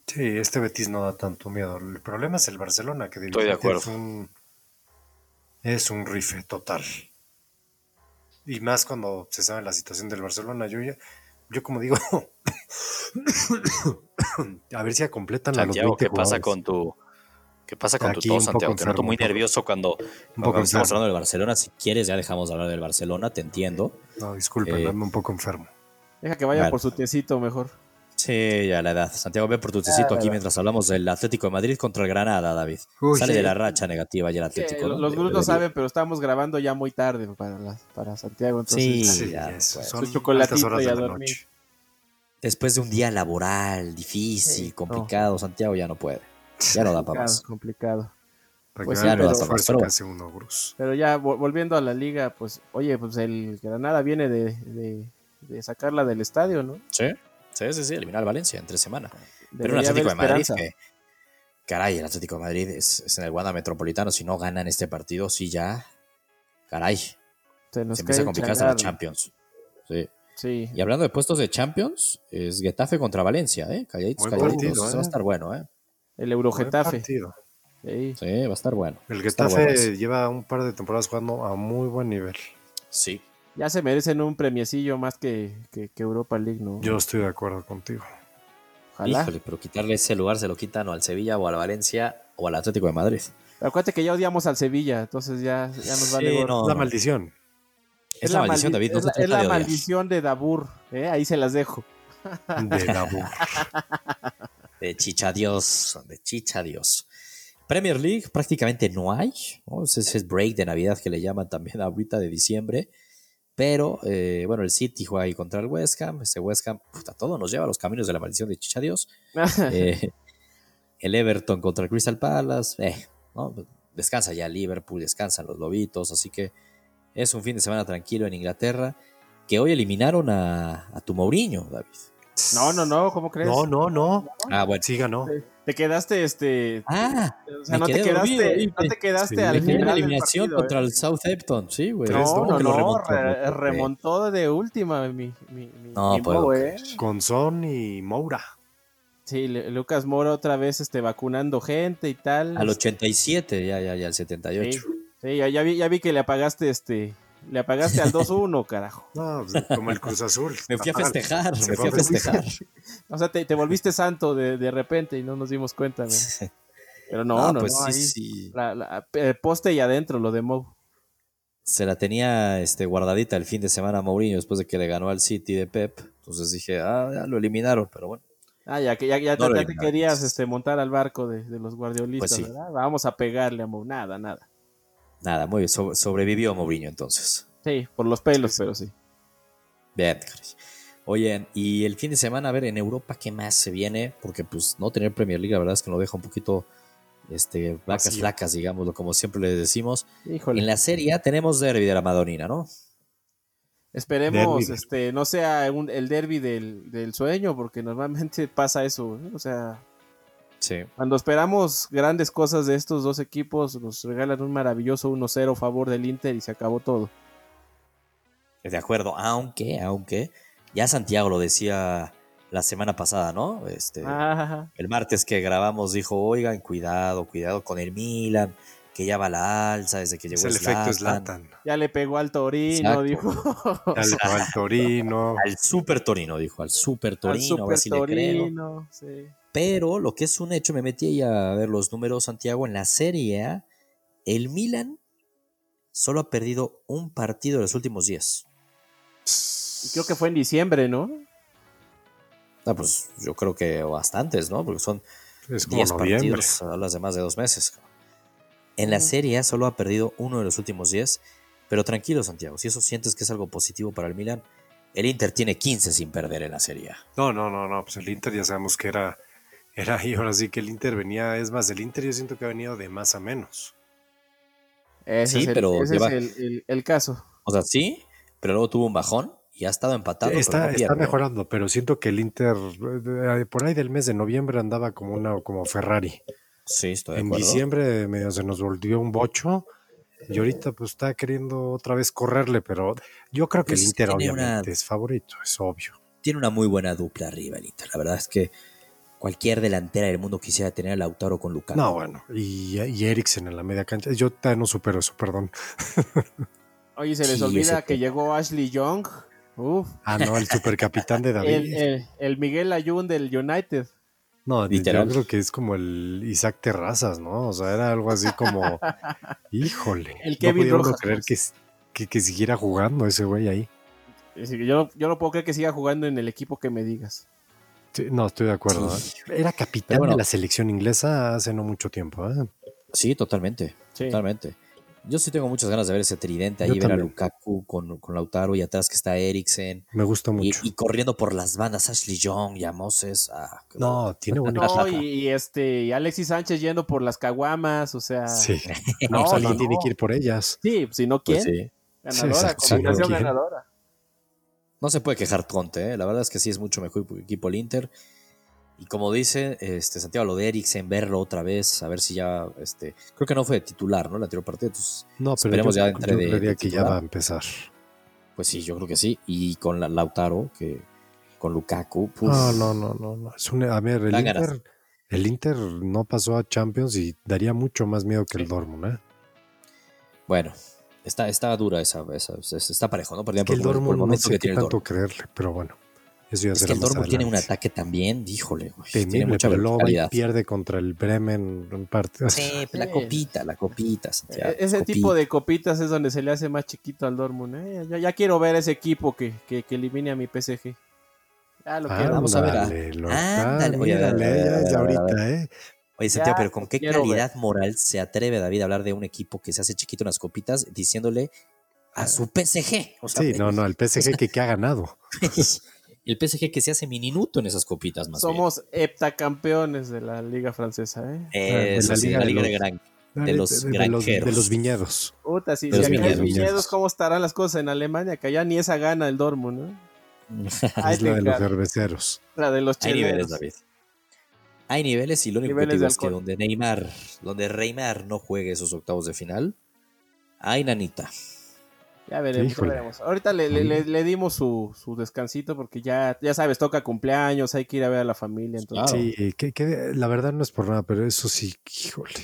Speaker 3: Sí, este Betis no da tanto miedo. El problema es el Barcelona, que
Speaker 1: Estoy de acuerdo.
Speaker 3: Es, un, es un rife total. Y más cuando se sabe la situación del Barcelona, yo ya, yo como digo, a ver si completan la los 20
Speaker 1: ¿qué pasa con tu ¿Qué pasa con Aquí tu tos, Santiago? Te noto muy nervioso cuando, un poco estamos hablando del Barcelona. Si quieres, ya dejamos de hablar del Barcelona, te entiendo.
Speaker 3: No, disculpen, eh, ando un poco enfermo.
Speaker 2: Deja que vaya vale. por su tecito mejor.
Speaker 1: Sí, ya la edad. Santiago, ve por tu tecito ah, aquí mientras hablamos del Atlético de Madrid contra el Granada, David. Uy, Sale Pues sí. de la racha negativa ya el Atlético. Sí,
Speaker 2: ¿no? Los grupos saben, pero estamos grabando ya muy tarde para, la, para Santiago. Entonces,
Speaker 1: sí, sí ya, eso.
Speaker 2: Pues, Son su chocolatito horas y a dormir. Noche.
Speaker 1: Después de un día laboral, difícil, complicado, no. Santiago ya no puede ya no da para más.
Speaker 2: Complicado.
Speaker 1: Pues ya no da para más.
Speaker 3: Pero, uno, Bruce.
Speaker 2: pero, ya volviendo a la liga, pues, oye, pues el Granada viene de, de, de sacarla del estadio, ¿no?
Speaker 1: Sí, sí, sí, sí eliminar al Valencia entre semana. Debería pero el Atlético de Madrid, que, caray, el Atlético de Madrid es, es, en el Wanda Metropolitano. Si no ganan este partido, sí ya, caray. Se, nos se empieza a complicar hasta los Champions. Sí.
Speaker 2: Sí.
Speaker 1: Y hablando de puestos de Champions, es Getafe contra Valencia, ¿eh? Calladitos, calladitos. Partido, Eso eh. va a estar bueno, ¿eh?
Speaker 2: El Eurogetafe.
Speaker 1: Sí. sí, va a estar bueno.
Speaker 3: El Getafe bueno. lleva un par de temporadas jugando a muy buen nivel.
Speaker 1: Sí.
Speaker 2: Ya se merecen un premiecillo más que, que, que Europa League, ¿no?
Speaker 3: Yo estoy de acuerdo contigo.
Speaker 1: Ojalá. Híjole, pero quitarle ese lugar se lo quitan o al Sevilla o al Valencia o al Atlético de Madrid.
Speaker 2: Pero acuérdate que ya odiamos al Sevilla, entonces ya, ya nos vale. Sí,
Speaker 3: no, la no. maldición.
Speaker 1: Es, es la, la, maldición, David.
Speaker 2: Es, no es la, de maldición de Dabur. ¿eh? Ahí se las dejo.
Speaker 3: De Dabur.
Speaker 1: de chicha Dios, de chicha Dios. Premier League prácticamente no hay, ¿no? Es ese break de Navidad que le llaman también ahorita de diciembre, pero eh, bueno, el City juega ahí contra el West Ham, este West Ham, puta, todo nos lleva a los caminos de la maldición de chicha Dios. eh, el Everton contra el Crystal Palace, eh, ¿no? descansa ya Liverpool, descansan los lobitos, así que es un fin de semana tranquilo en Inglaterra, que hoy eliminaron a, a tu Mourinho, David
Speaker 2: No, no, no, ¿cómo crees?
Speaker 3: No, no, no.
Speaker 1: Ah, bueno.
Speaker 3: Sí ganó.
Speaker 2: Te quedaste, este.
Speaker 1: Ah,
Speaker 2: O sea,
Speaker 1: me
Speaker 2: no te,
Speaker 1: quedé
Speaker 2: quedaste,
Speaker 1: dormido, ¿eh?
Speaker 2: no te quedaste
Speaker 3: Sí.
Speaker 2: al
Speaker 3: Me
Speaker 1: Fue
Speaker 3: quedé
Speaker 2: final.
Speaker 1: una
Speaker 2: del
Speaker 1: eliminación
Speaker 2: partido, ¿eh?
Speaker 1: contra el Southampton, sí, güey.
Speaker 3: Tres,
Speaker 2: No, no,
Speaker 3: ¿no? Que lo
Speaker 2: no,
Speaker 3: remontó,
Speaker 2: re- eh,
Speaker 1: ¿no?
Speaker 2: remontó de última mi, mi, mi,
Speaker 1: No
Speaker 2: mi
Speaker 1: puedo
Speaker 2: Mau,
Speaker 1: creer.
Speaker 2: ¿eh?
Speaker 3: Con Son y Moura.
Speaker 2: Sí, Le- Lucas Mora otra vez este, vacunando gente y tal.
Speaker 1: Al 87, ya, ya, ya, al 78.
Speaker 2: Sí, sí, ya, ya vi, ya vi que le apagaste este. Le apagaste al 2-1, carajo.
Speaker 3: No, pues, como el Cruz Azul.
Speaker 1: Me fui a
Speaker 3: Fatal.
Speaker 1: festejar,
Speaker 3: Se
Speaker 1: me
Speaker 3: fue
Speaker 1: fui a
Speaker 3: a festejar.
Speaker 1: festejar.
Speaker 2: O sea, te, te volviste santo de, de repente y no nos dimos cuenta, güey. Pero no,
Speaker 1: Ah,
Speaker 2: no,
Speaker 1: pues
Speaker 2: no,
Speaker 1: sí,
Speaker 2: ahí,
Speaker 1: sí.
Speaker 2: la- la- eh, poste y adentro lo de Mou.
Speaker 1: Se la tenía este, guardadita el fin de semana a Mourinho después de que le ganó al City de Pep. Entonces dije, ah, ya lo eliminaron, pero bueno.
Speaker 2: Ah, ya que ya, ya,
Speaker 1: No
Speaker 2: te-
Speaker 1: lo
Speaker 2: ya te
Speaker 1: eliminaron.
Speaker 2: querías este, montar al barco de, de los guardiolistas,
Speaker 1: Pues sí.
Speaker 2: ¿verdad? Vamos a pegarle a Mou. Nada, nada.
Speaker 1: Nada, muy bien. so- sobrevivió Mourinho entonces.
Speaker 2: Sí, por los pelos, pero sí.
Speaker 1: Bien, caray. Oye, y el fin de semana, a ver, en Europa, ¿qué más se viene? Porque pues no tener Premier League, la verdad es que nos deja un poquito este, vacas
Speaker 3: Vacío.
Speaker 1: flacas, digámoslo, como siempre le decimos.
Speaker 2: Híjole.
Speaker 1: En la serie A tenemos Derby de la Madonina, ¿no?
Speaker 2: Esperemos,
Speaker 3: Derbi.
Speaker 2: este, no sea un- el derby del, del sueño, porque normalmente pasa eso. ¿eh? O sea,
Speaker 1: Sí.
Speaker 2: cuando esperamos grandes cosas de estos dos equipos, nos regalan un maravilloso 1-0 a favor del Inter y se acabó todo.
Speaker 1: De acuerdo, aunque, aunque, ya Santiago lo decía la semana pasada, ¿no? Este,
Speaker 2: Ah,
Speaker 1: El martes que grabamos dijo, oigan, cuidado, cuidado con el Milan, que ya va a la alza desde que
Speaker 3: Es
Speaker 1: llegó
Speaker 3: el
Speaker 1: Zlatan".
Speaker 3: efecto Slatan.
Speaker 2: ya le pegó al
Speaker 1: Exacto.
Speaker 2: Torino, dijo.
Speaker 3: Ya le pegó al Torino.
Speaker 1: Al Super Torino, dijo, al Super
Speaker 2: Al
Speaker 1: Torino, ahora
Speaker 2: Super
Speaker 1: sí le creo.
Speaker 2: Torino, sí.
Speaker 1: Pero lo que es un hecho, me metí ahí a ver los números, Santiago, en la Serie A, el Milan solo ha perdido un partido de los últimos 10.
Speaker 2: Y creo que fue en diciembre, ¿no?
Speaker 1: Ah, pues yo creo que bastantes, ¿no? Porque son
Speaker 3: Es como
Speaker 1: 10
Speaker 3: noviembre.
Speaker 1: partidos, hablas de más de dos meses. cabrón. En la
Speaker 2: Ujú.
Speaker 1: Serie A solo ha perdido uno de los últimos 10, pero tranquilo, Santiago, si eso sientes que es algo positivo para el Milan, el Inter tiene 15 sin perder en la Serie A.
Speaker 3: No, no, no, no. Pues el Inter ya sabemos que era. Era y ahora sí que el Inter venía. Es más, el Inter yo siento que ha venido de más a menos.
Speaker 2: Ese
Speaker 1: Sí,
Speaker 2: es el,
Speaker 1: pero
Speaker 2: ese es
Speaker 1: lleva-
Speaker 2: el- el- el caso.
Speaker 1: O sea, sí, pero luego tuvo un bajón y ha estado empatado. pero
Speaker 3: Está,
Speaker 1: no
Speaker 3: está
Speaker 1: pierde.
Speaker 3: mejorando, pero siento que el Inter eh, por ahí del mes de noviembre andaba como una como Ferrari.
Speaker 1: Sí, estoy de
Speaker 3: En
Speaker 1: acuerdo.
Speaker 3: diciembre medio se nos volvió un bocho y ahorita pues está queriendo otra vez correrle, pero yo creo que
Speaker 1: Pues
Speaker 3: el Inter
Speaker 1: tiene
Speaker 3: obviamente
Speaker 1: una-
Speaker 3: es favorito, es obvio.
Speaker 1: Tiene una muy buena dupla arriba el Inter. La verdad es que cualquier delantera del mundo quisiera tener a Lautaro con Lukaku.
Speaker 3: No, bueno, y, y Eriksen en la media cancha, yo todavía no supero eso, perdón.
Speaker 2: Oye, se les
Speaker 1: Sí,
Speaker 2: olvida
Speaker 1: ese-
Speaker 2: que llegó Ashley Young. Uf.
Speaker 3: Ah, no, el supercapitán de David.
Speaker 2: El, el- el Miguel Ayun del United.
Speaker 3: No,
Speaker 1: Literal.
Speaker 3: yo creo que es como el Isaac Terrazas, ¿no? O sea, era algo así como, híjole,
Speaker 2: El Kevin
Speaker 3: no podía uno
Speaker 2: Rojas,
Speaker 3: creer que, que, que siguiera jugando ese güey ahí.
Speaker 2: Es decir, Yo, yo no puedo creer que siga jugando en el equipo que me digas.
Speaker 3: Sí, no, estoy de acuerdo.
Speaker 1: Sí.
Speaker 3: ¿eh? Era capitán
Speaker 1: Pero bueno.
Speaker 3: de la selección inglesa hace no mucho tiempo. ¿eh?
Speaker 1: Sí, totalmente.
Speaker 2: Sí.
Speaker 1: Totalmente. Yo sí tengo muchas ganas de ver ese tridente ahí,
Speaker 3: Yo
Speaker 1: ver a
Speaker 3: también.
Speaker 1: Lukaku con, con Lautaro y atrás que está Eriksen.
Speaker 3: Me gusta
Speaker 1: Y,
Speaker 3: mucho.
Speaker 1: y corriendo por las bandas, Ashley Young y a Moses. ah, qué bueno.
Speaker 3: no, tiene buena
Speaker 2: No, y, y este, y Alexis Sánchez yendo por las caguamas, o sea.
Speaker 3: Sí.
Speaker 2: No,
Speaker 3: No, pues alguien
Speaker 2: no.
Speaker 3: tiene que ir por ellas.
Speaker 2: Sí, si no, ¿quién?
Speaker 1: Pues sí.
Speaker 2: Ganadora,
Speaker 3: exacto, sí,
Speaker 2: combinación
Speaker 3: ¿quién?
Speaker 2: ganadora.
Speaker 1: No se puede quejar Conte, ¿eh? la verdad es que sí es mucho mejor equipo el Inter. Y como dice este, Santiago, lo de Eriksen, verlo otra vez, a ver si ya. Este, creo que no fue de titular, ¿no? La anterior partida. entonces,
Speaker 3: No, pero
Speaker 1: Esperemos
Speaker 3: yo,
Speaker 1: ya
Speaker 3: yo
Speaker 1: entre de-
Speaker 3: creería
Speaker 1: de
Speaker 3: que ya
Speaker 1: titular.
Speaker 3: va a empezar.
Speaker 1: pues sí, yo creo que sí. Y con la- Lautaro, que con Lukaku. puf.
Speaker 3: No, no, no, no, no. Es una- a ver, el
Speaker 1: Dan Pues ganas.
Speaker 3: Inter, el Inter no pasó a Champions y daría mucho más miedo que el
Speaker 1: Sí.
Speaker 3: Dortmund. ¿eh?
Speaker 1: Bueno, está, está dura esa, esa- esa- Está parejo, ¿no? Perdían
Speaker 3: Que el
Speaker 1: por, por el
Speaker 3: Dortmund no
Speaker 1: momento
Speaker 3: sé
Speaker 1: que
Speaker 3: qué
Speaker 1: tiene el
Speaker 3: tanto
Speaker 1: Dortmund.
Speaker 3: creerle, pero bueno. Eso ya
Speaker 1: Es que
Speaker 3: será
Speaker 1: el
Speaker 3: más
Speaker 1: Dortmund tiene un
Speaker 3: adelante.
Speaker 1: ataque también, híjole, güey. Tiene
Speaker 3: Temible,
Speaker 1: mucha
Speaker 3: pero luego va y
Speaker 1: verticalidad.
Speaker 3: pierde contra el Bremen en parte.
Speaker 1: Sí, pues, la copita, la copita, Santiago,
Speaker 2: Ah, E- Ese
Speaker 1: copita.
Speaker 2: tipo de copitas es donde se le hace más chiquito al Dortmund. ¿eh? Ya, ya quiero ver ese equipo que, que, que elimine a mi PSG. Ya
Speaker 3: Ah,
Speaker 2: lo quiero.
Speaker 1: vamos a ver,
Speaker 3: Ándale, lo-
Speaker 1: ándale. Oye, a ver, a
Speaker 3: mírale,
Speaker 1: ver, a
Speaker 3: ya
Speaker 1: ver,
Speaker 3: desde
Speaker 1: a ver, a
Speaker 3: ahorita, ¿eh?
Speaker 1: Oye, Santiago,
Speaker 2: Ya,
Speaker 1: pero ¿con qué
Speaker 2: quiero ver.
Speaker 1: calidad moral se atreve David a hablar de un equipo que se hace chiquito en las copitas diciéndole a su PSG? O sea, pues
Speaker 3: Sí, no, no, el PSG que, que ha ganado.
Speaker 1: El PSG que se hace mininuto en esas copitas más
Speaker 2: Somos heptacampeones de la liga francesa. ¿eh?
Speaker 1: bien.
Speaker 3: Ah, de
Speaker 1: Eso
Speaker 3: la
Speaker 1: sí,
Speaker 3: liga
Speaker 1: la
Speaker 3: de
Speaker 1: Liga de
Speaker 3: los-
Speaker 1: Gran.
Speaker 3: Ah,
Speaker 1: De los
Speaker 3: de los, de
Speaker 1: granjeros.
Speaker 3: los viñedos.
Speaker 2: Puta, si,
Speaker 1: Pero
Speaker 2: si
Speaker 1: es
Speaker 2: acá hay
Speaker 1: viñedos.
Speaker 2: viñedos, ¿cómo estarán las cosas en Alemania? Que allá ni esa gana el Dortmund. ¿no? Ah,
Speaker 3: es la de los cerveceros.
Speaker 2: La de los
Speaker 1: Hay
Speaker 2: cheleros.
Speaker 1: niveles, David. Hay niveles y lo único que
Speaker 2: Niveles
Speaker 1: te digo
Speaker 2: de
Speaker 1: es que
Speaker 2: alcohol.
Speaker 1: donde Neymar, donde Neymar no juegue esos octavos de final, hay nanita.
Speaker 2: Ya veremos, ya
Speaker 3: Híjole.
Speaker 2: veremos. Ahorita le, le- le- le dimos su, su descansito porque ya, ya sabes, toca cumpleaños, hay que ir a ver a la familia. Entonces,
Speaker 1: Claro.
Speaker 3: Sí, que, que la verdad no es por nada, pero eso sí, híjole.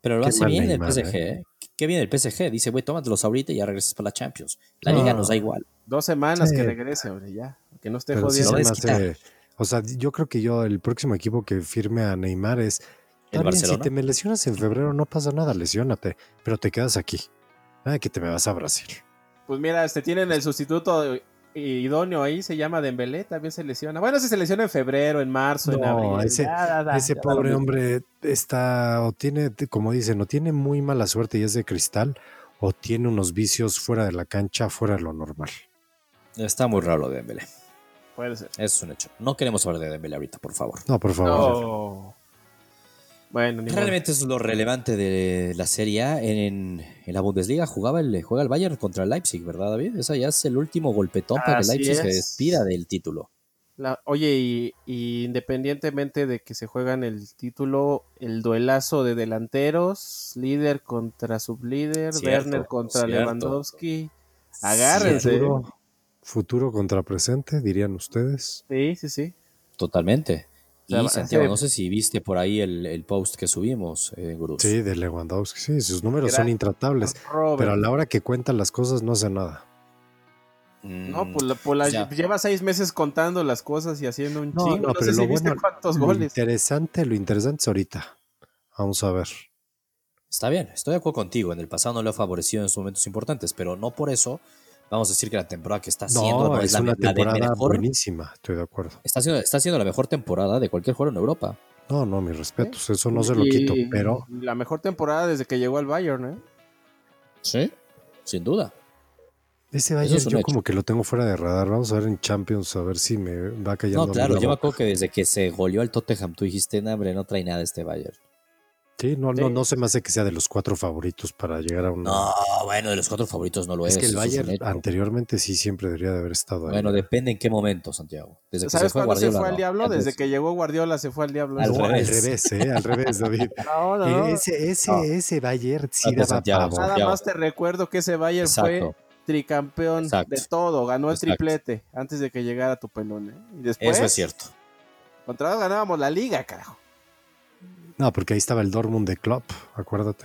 Speaker 1: Pero lo
Speaker 3: Qué
Speaker 1: hace
Speaker 3: mal
Speaker 1: bien
Speaker 3: Neymar,
Speaker 1: el PSG. ¿eh? Qué bien el PSG. Dice, güey, tómatelos ahorita y ya regresas para la Champions. La liga
Speaker 3: No.
Speaker 1: nos da igual.
Speaker 2: dos semanas
Speaker 3: Sí.
Speaker 2: que regrese, hombre, ya. Que no esté
Speaker 3: Pero sí
Speaker 1: Lo
Speaker 2: jodiendo.
Speaker 3: se me
Speaker 1: desquita.
Speaker 3: hace- o sea, yo creo que yo, el próximo equipo que firme a Neymar es.
Speaker 1: El
Speaker 3: También, si
Speaker 1: Barcelona.
Speaker 3: te me lesionas en febrero, no pasa nada, lesiónate, pero te quedas aquí. Nada que te me vas a Brasil.
Speaker 2: Pues mira, este tienen el sustituto idóneo ahí, se llama Dembélé, también se lesiona. Bueno, si se lesiona en febrero, en marzo, en
Speaker 3: No,
Speaker 2: abril.
Speaker 3: ese-
Speaker 2: ya, da, da,
Speaker 3: Ese
Speaker 2: ya da lo
Speaker 3: pobre
Speaker 2: mismo.
Speaker 3: hombre está, o tiene, como dicen, o tiene muy mala suerte y es de cristal, o tiene unos vicios fuera de la cancha, fuera de lo normal.
Speaker 1: Está muy raro lo de Dembélé. Eso
Speaker 2: Puede ser.
Speaker 1: es un hecho. No queremos hablar de Dembélé ahorita, por favor.
Speaker 3: No, por favor.
Speaker 2: No. Bueno, ni modo.
Speaker 1: Realmente eso es lo relevante de la Serie A. En, en la Bundesliga jugaba el, juega el Bayern contra el Leipzig, ¿verdad, David? Esa ya es el último golpetón para que el
Speaker 2: Así
Speaker 1: Leipzig se
Speaker 2: es.
Speaker 1: despida del título.
Speaker 2: La- oye, y, y independientemente de que se juegan el título, el duelazo de delanteros, líder contra sublíder,
Speaker 1: Cierto,
Speaker 2: Werner contra
Speaker 1: cierto.
Speaker 2: Lewandowski. Agárrense.
Speaker 3: Futuro, futuro contra presente, dirían ustedes.
Speaker 2: Sí, sí, sí.
Speaker 1: Totalmente. Y
Speaker 2: O sea,
Speaker 1: Santiago,
Speaker 2: ese-
Speaker 1: no sé si viste por ahí el, el post que subimos, eh, Gurús.
Speaker 3: Sí, de Lewandowski, sí, sus números
Speaker 2: Pues Gran-
Speaker 3: son intratables,
Speaker 2: Robert.
Speaker 3: pero a la hora que cuentan las cosas no hace nada.
Speaker 1: Mm,
Speaker 2: No, pues, la- pues la-
Speaker 1: o sea-
Speaker 2: lleva seis meses contando las cosas y haciendo un
Speaker 3: No,
Speaker 2: chingo.
Speaker 3: no,
Speaker 2: No,
Speaker 3: pero
Speaker 2: sé
Speaker 3: lo
Speaker 2: si viste
Speaker 3: bueno-
Speaker 2: cuántos
Speaker 3: Lo
Speaker 2: goles.
Speaker 3: interesante, lo interesante es ahorita. Vamos a ver.
Speaker 1: Está bien, estoy de acuerdo contigo. En el pasado no le ha favorecido en sus momentos importantes, pero no por eso vamos a decir que la temporada que está haciendo
Speaker 3: No,
Speaker 1: no
Speaker 3: es
Speaker 1: la,
Speaker 3: una
Speaker 1: la de
Speaker 3: temporada
Speaker 1: mejor-
Speaker 3: buenísima, estoy de acuerdo.
Speaker 1: Está haciendo, está haciendo la mejor temporada de cualquier jugador en Europa.
Speaker 3: No, no, mis respetos, eso no se lo quito,
Speaker 2: Y
Speaker 3: pero
Speaker 2: La mejor temporada desde que llegó al Bayern, ¿eh?
Speaker 1: Sí, sin duda. Eso
Speaker 3: Ese Bayern
Speaker 1: es un
Speaker 3: yo
Speaker 1: hecho.
Speaker 3: como que lo tengo fuera de radar. Vamos a ver en Champions a ver si me va cayendo.
Speaker 1: No, claro,
Speaker 3: la
Speaker 1: yo me
Speaker 3: boca.
Speaker 1: acuerdo que desde que se goleó al Tottenham, tú dijiste, no, hombre, no trae nada este Bayern.
Speaker 3: Sí, no, no,
Speaker 2: Sí.
Speaker 3: no se me hace que sea de los cuatro favoritos para llegar a un.
Speaker 1: No, bueno, de los cuatro favoritos no lo es.
Speaker 3: es que el
Speaker 1: eso es un
Speaker 3: Bayern
Speaker 1: hecho.
Speaker 3: anteriormente sí siempre debería de haber estado ahí.
Speaker 1: Bueno, depende en qué momento, Santiago. Desde que
Speaker 2: ¿Sabes
Speaker 1: se fue
Speaker 2: cuándo se
Speaker 1: Guardiola.
Speaker 2: fue al
Speaker 1: no.
Speaker 2: diablo?
Speaker 1: Antes.
Speaker 2: Desde que llegó Guardiola se fue al diablo.
Speaker 1: Al
Speaker 3: No, al
Speaker 1: revés.
Speaker 3: revés, ¿eh? Al revés, David. Eh,
Speaker 2: No, no, no.
Speaker 3: Ese, ese,
Speaker 1: No.
Speaker 3: ese Bayern sí
Speaker 1: Santo
Speaker 3: daba
Speaker 1: Santiago.
Speaker 3: pavor.
Speaker 2: Nada
Speaker 1: Ya.
Speaker 2: más te recuerdo que ese Bayern
Speaker 1: Exacto.
Speaker 2: fue tricampeón
Speaker 1: Exacto.
Speaker 2: de todo, ganó el
Speaker 1: Exacto.
Speaker 2: triplete antes de que llegara tu pelón, ¿eh? Y después,
Speaker 1: Eso es cierto.
Speaker 2: contra ellos ganábamos la liga, carajo.
Speaker 3: No, porque ahí estaba el Dortmund de Klopp, acuérdate.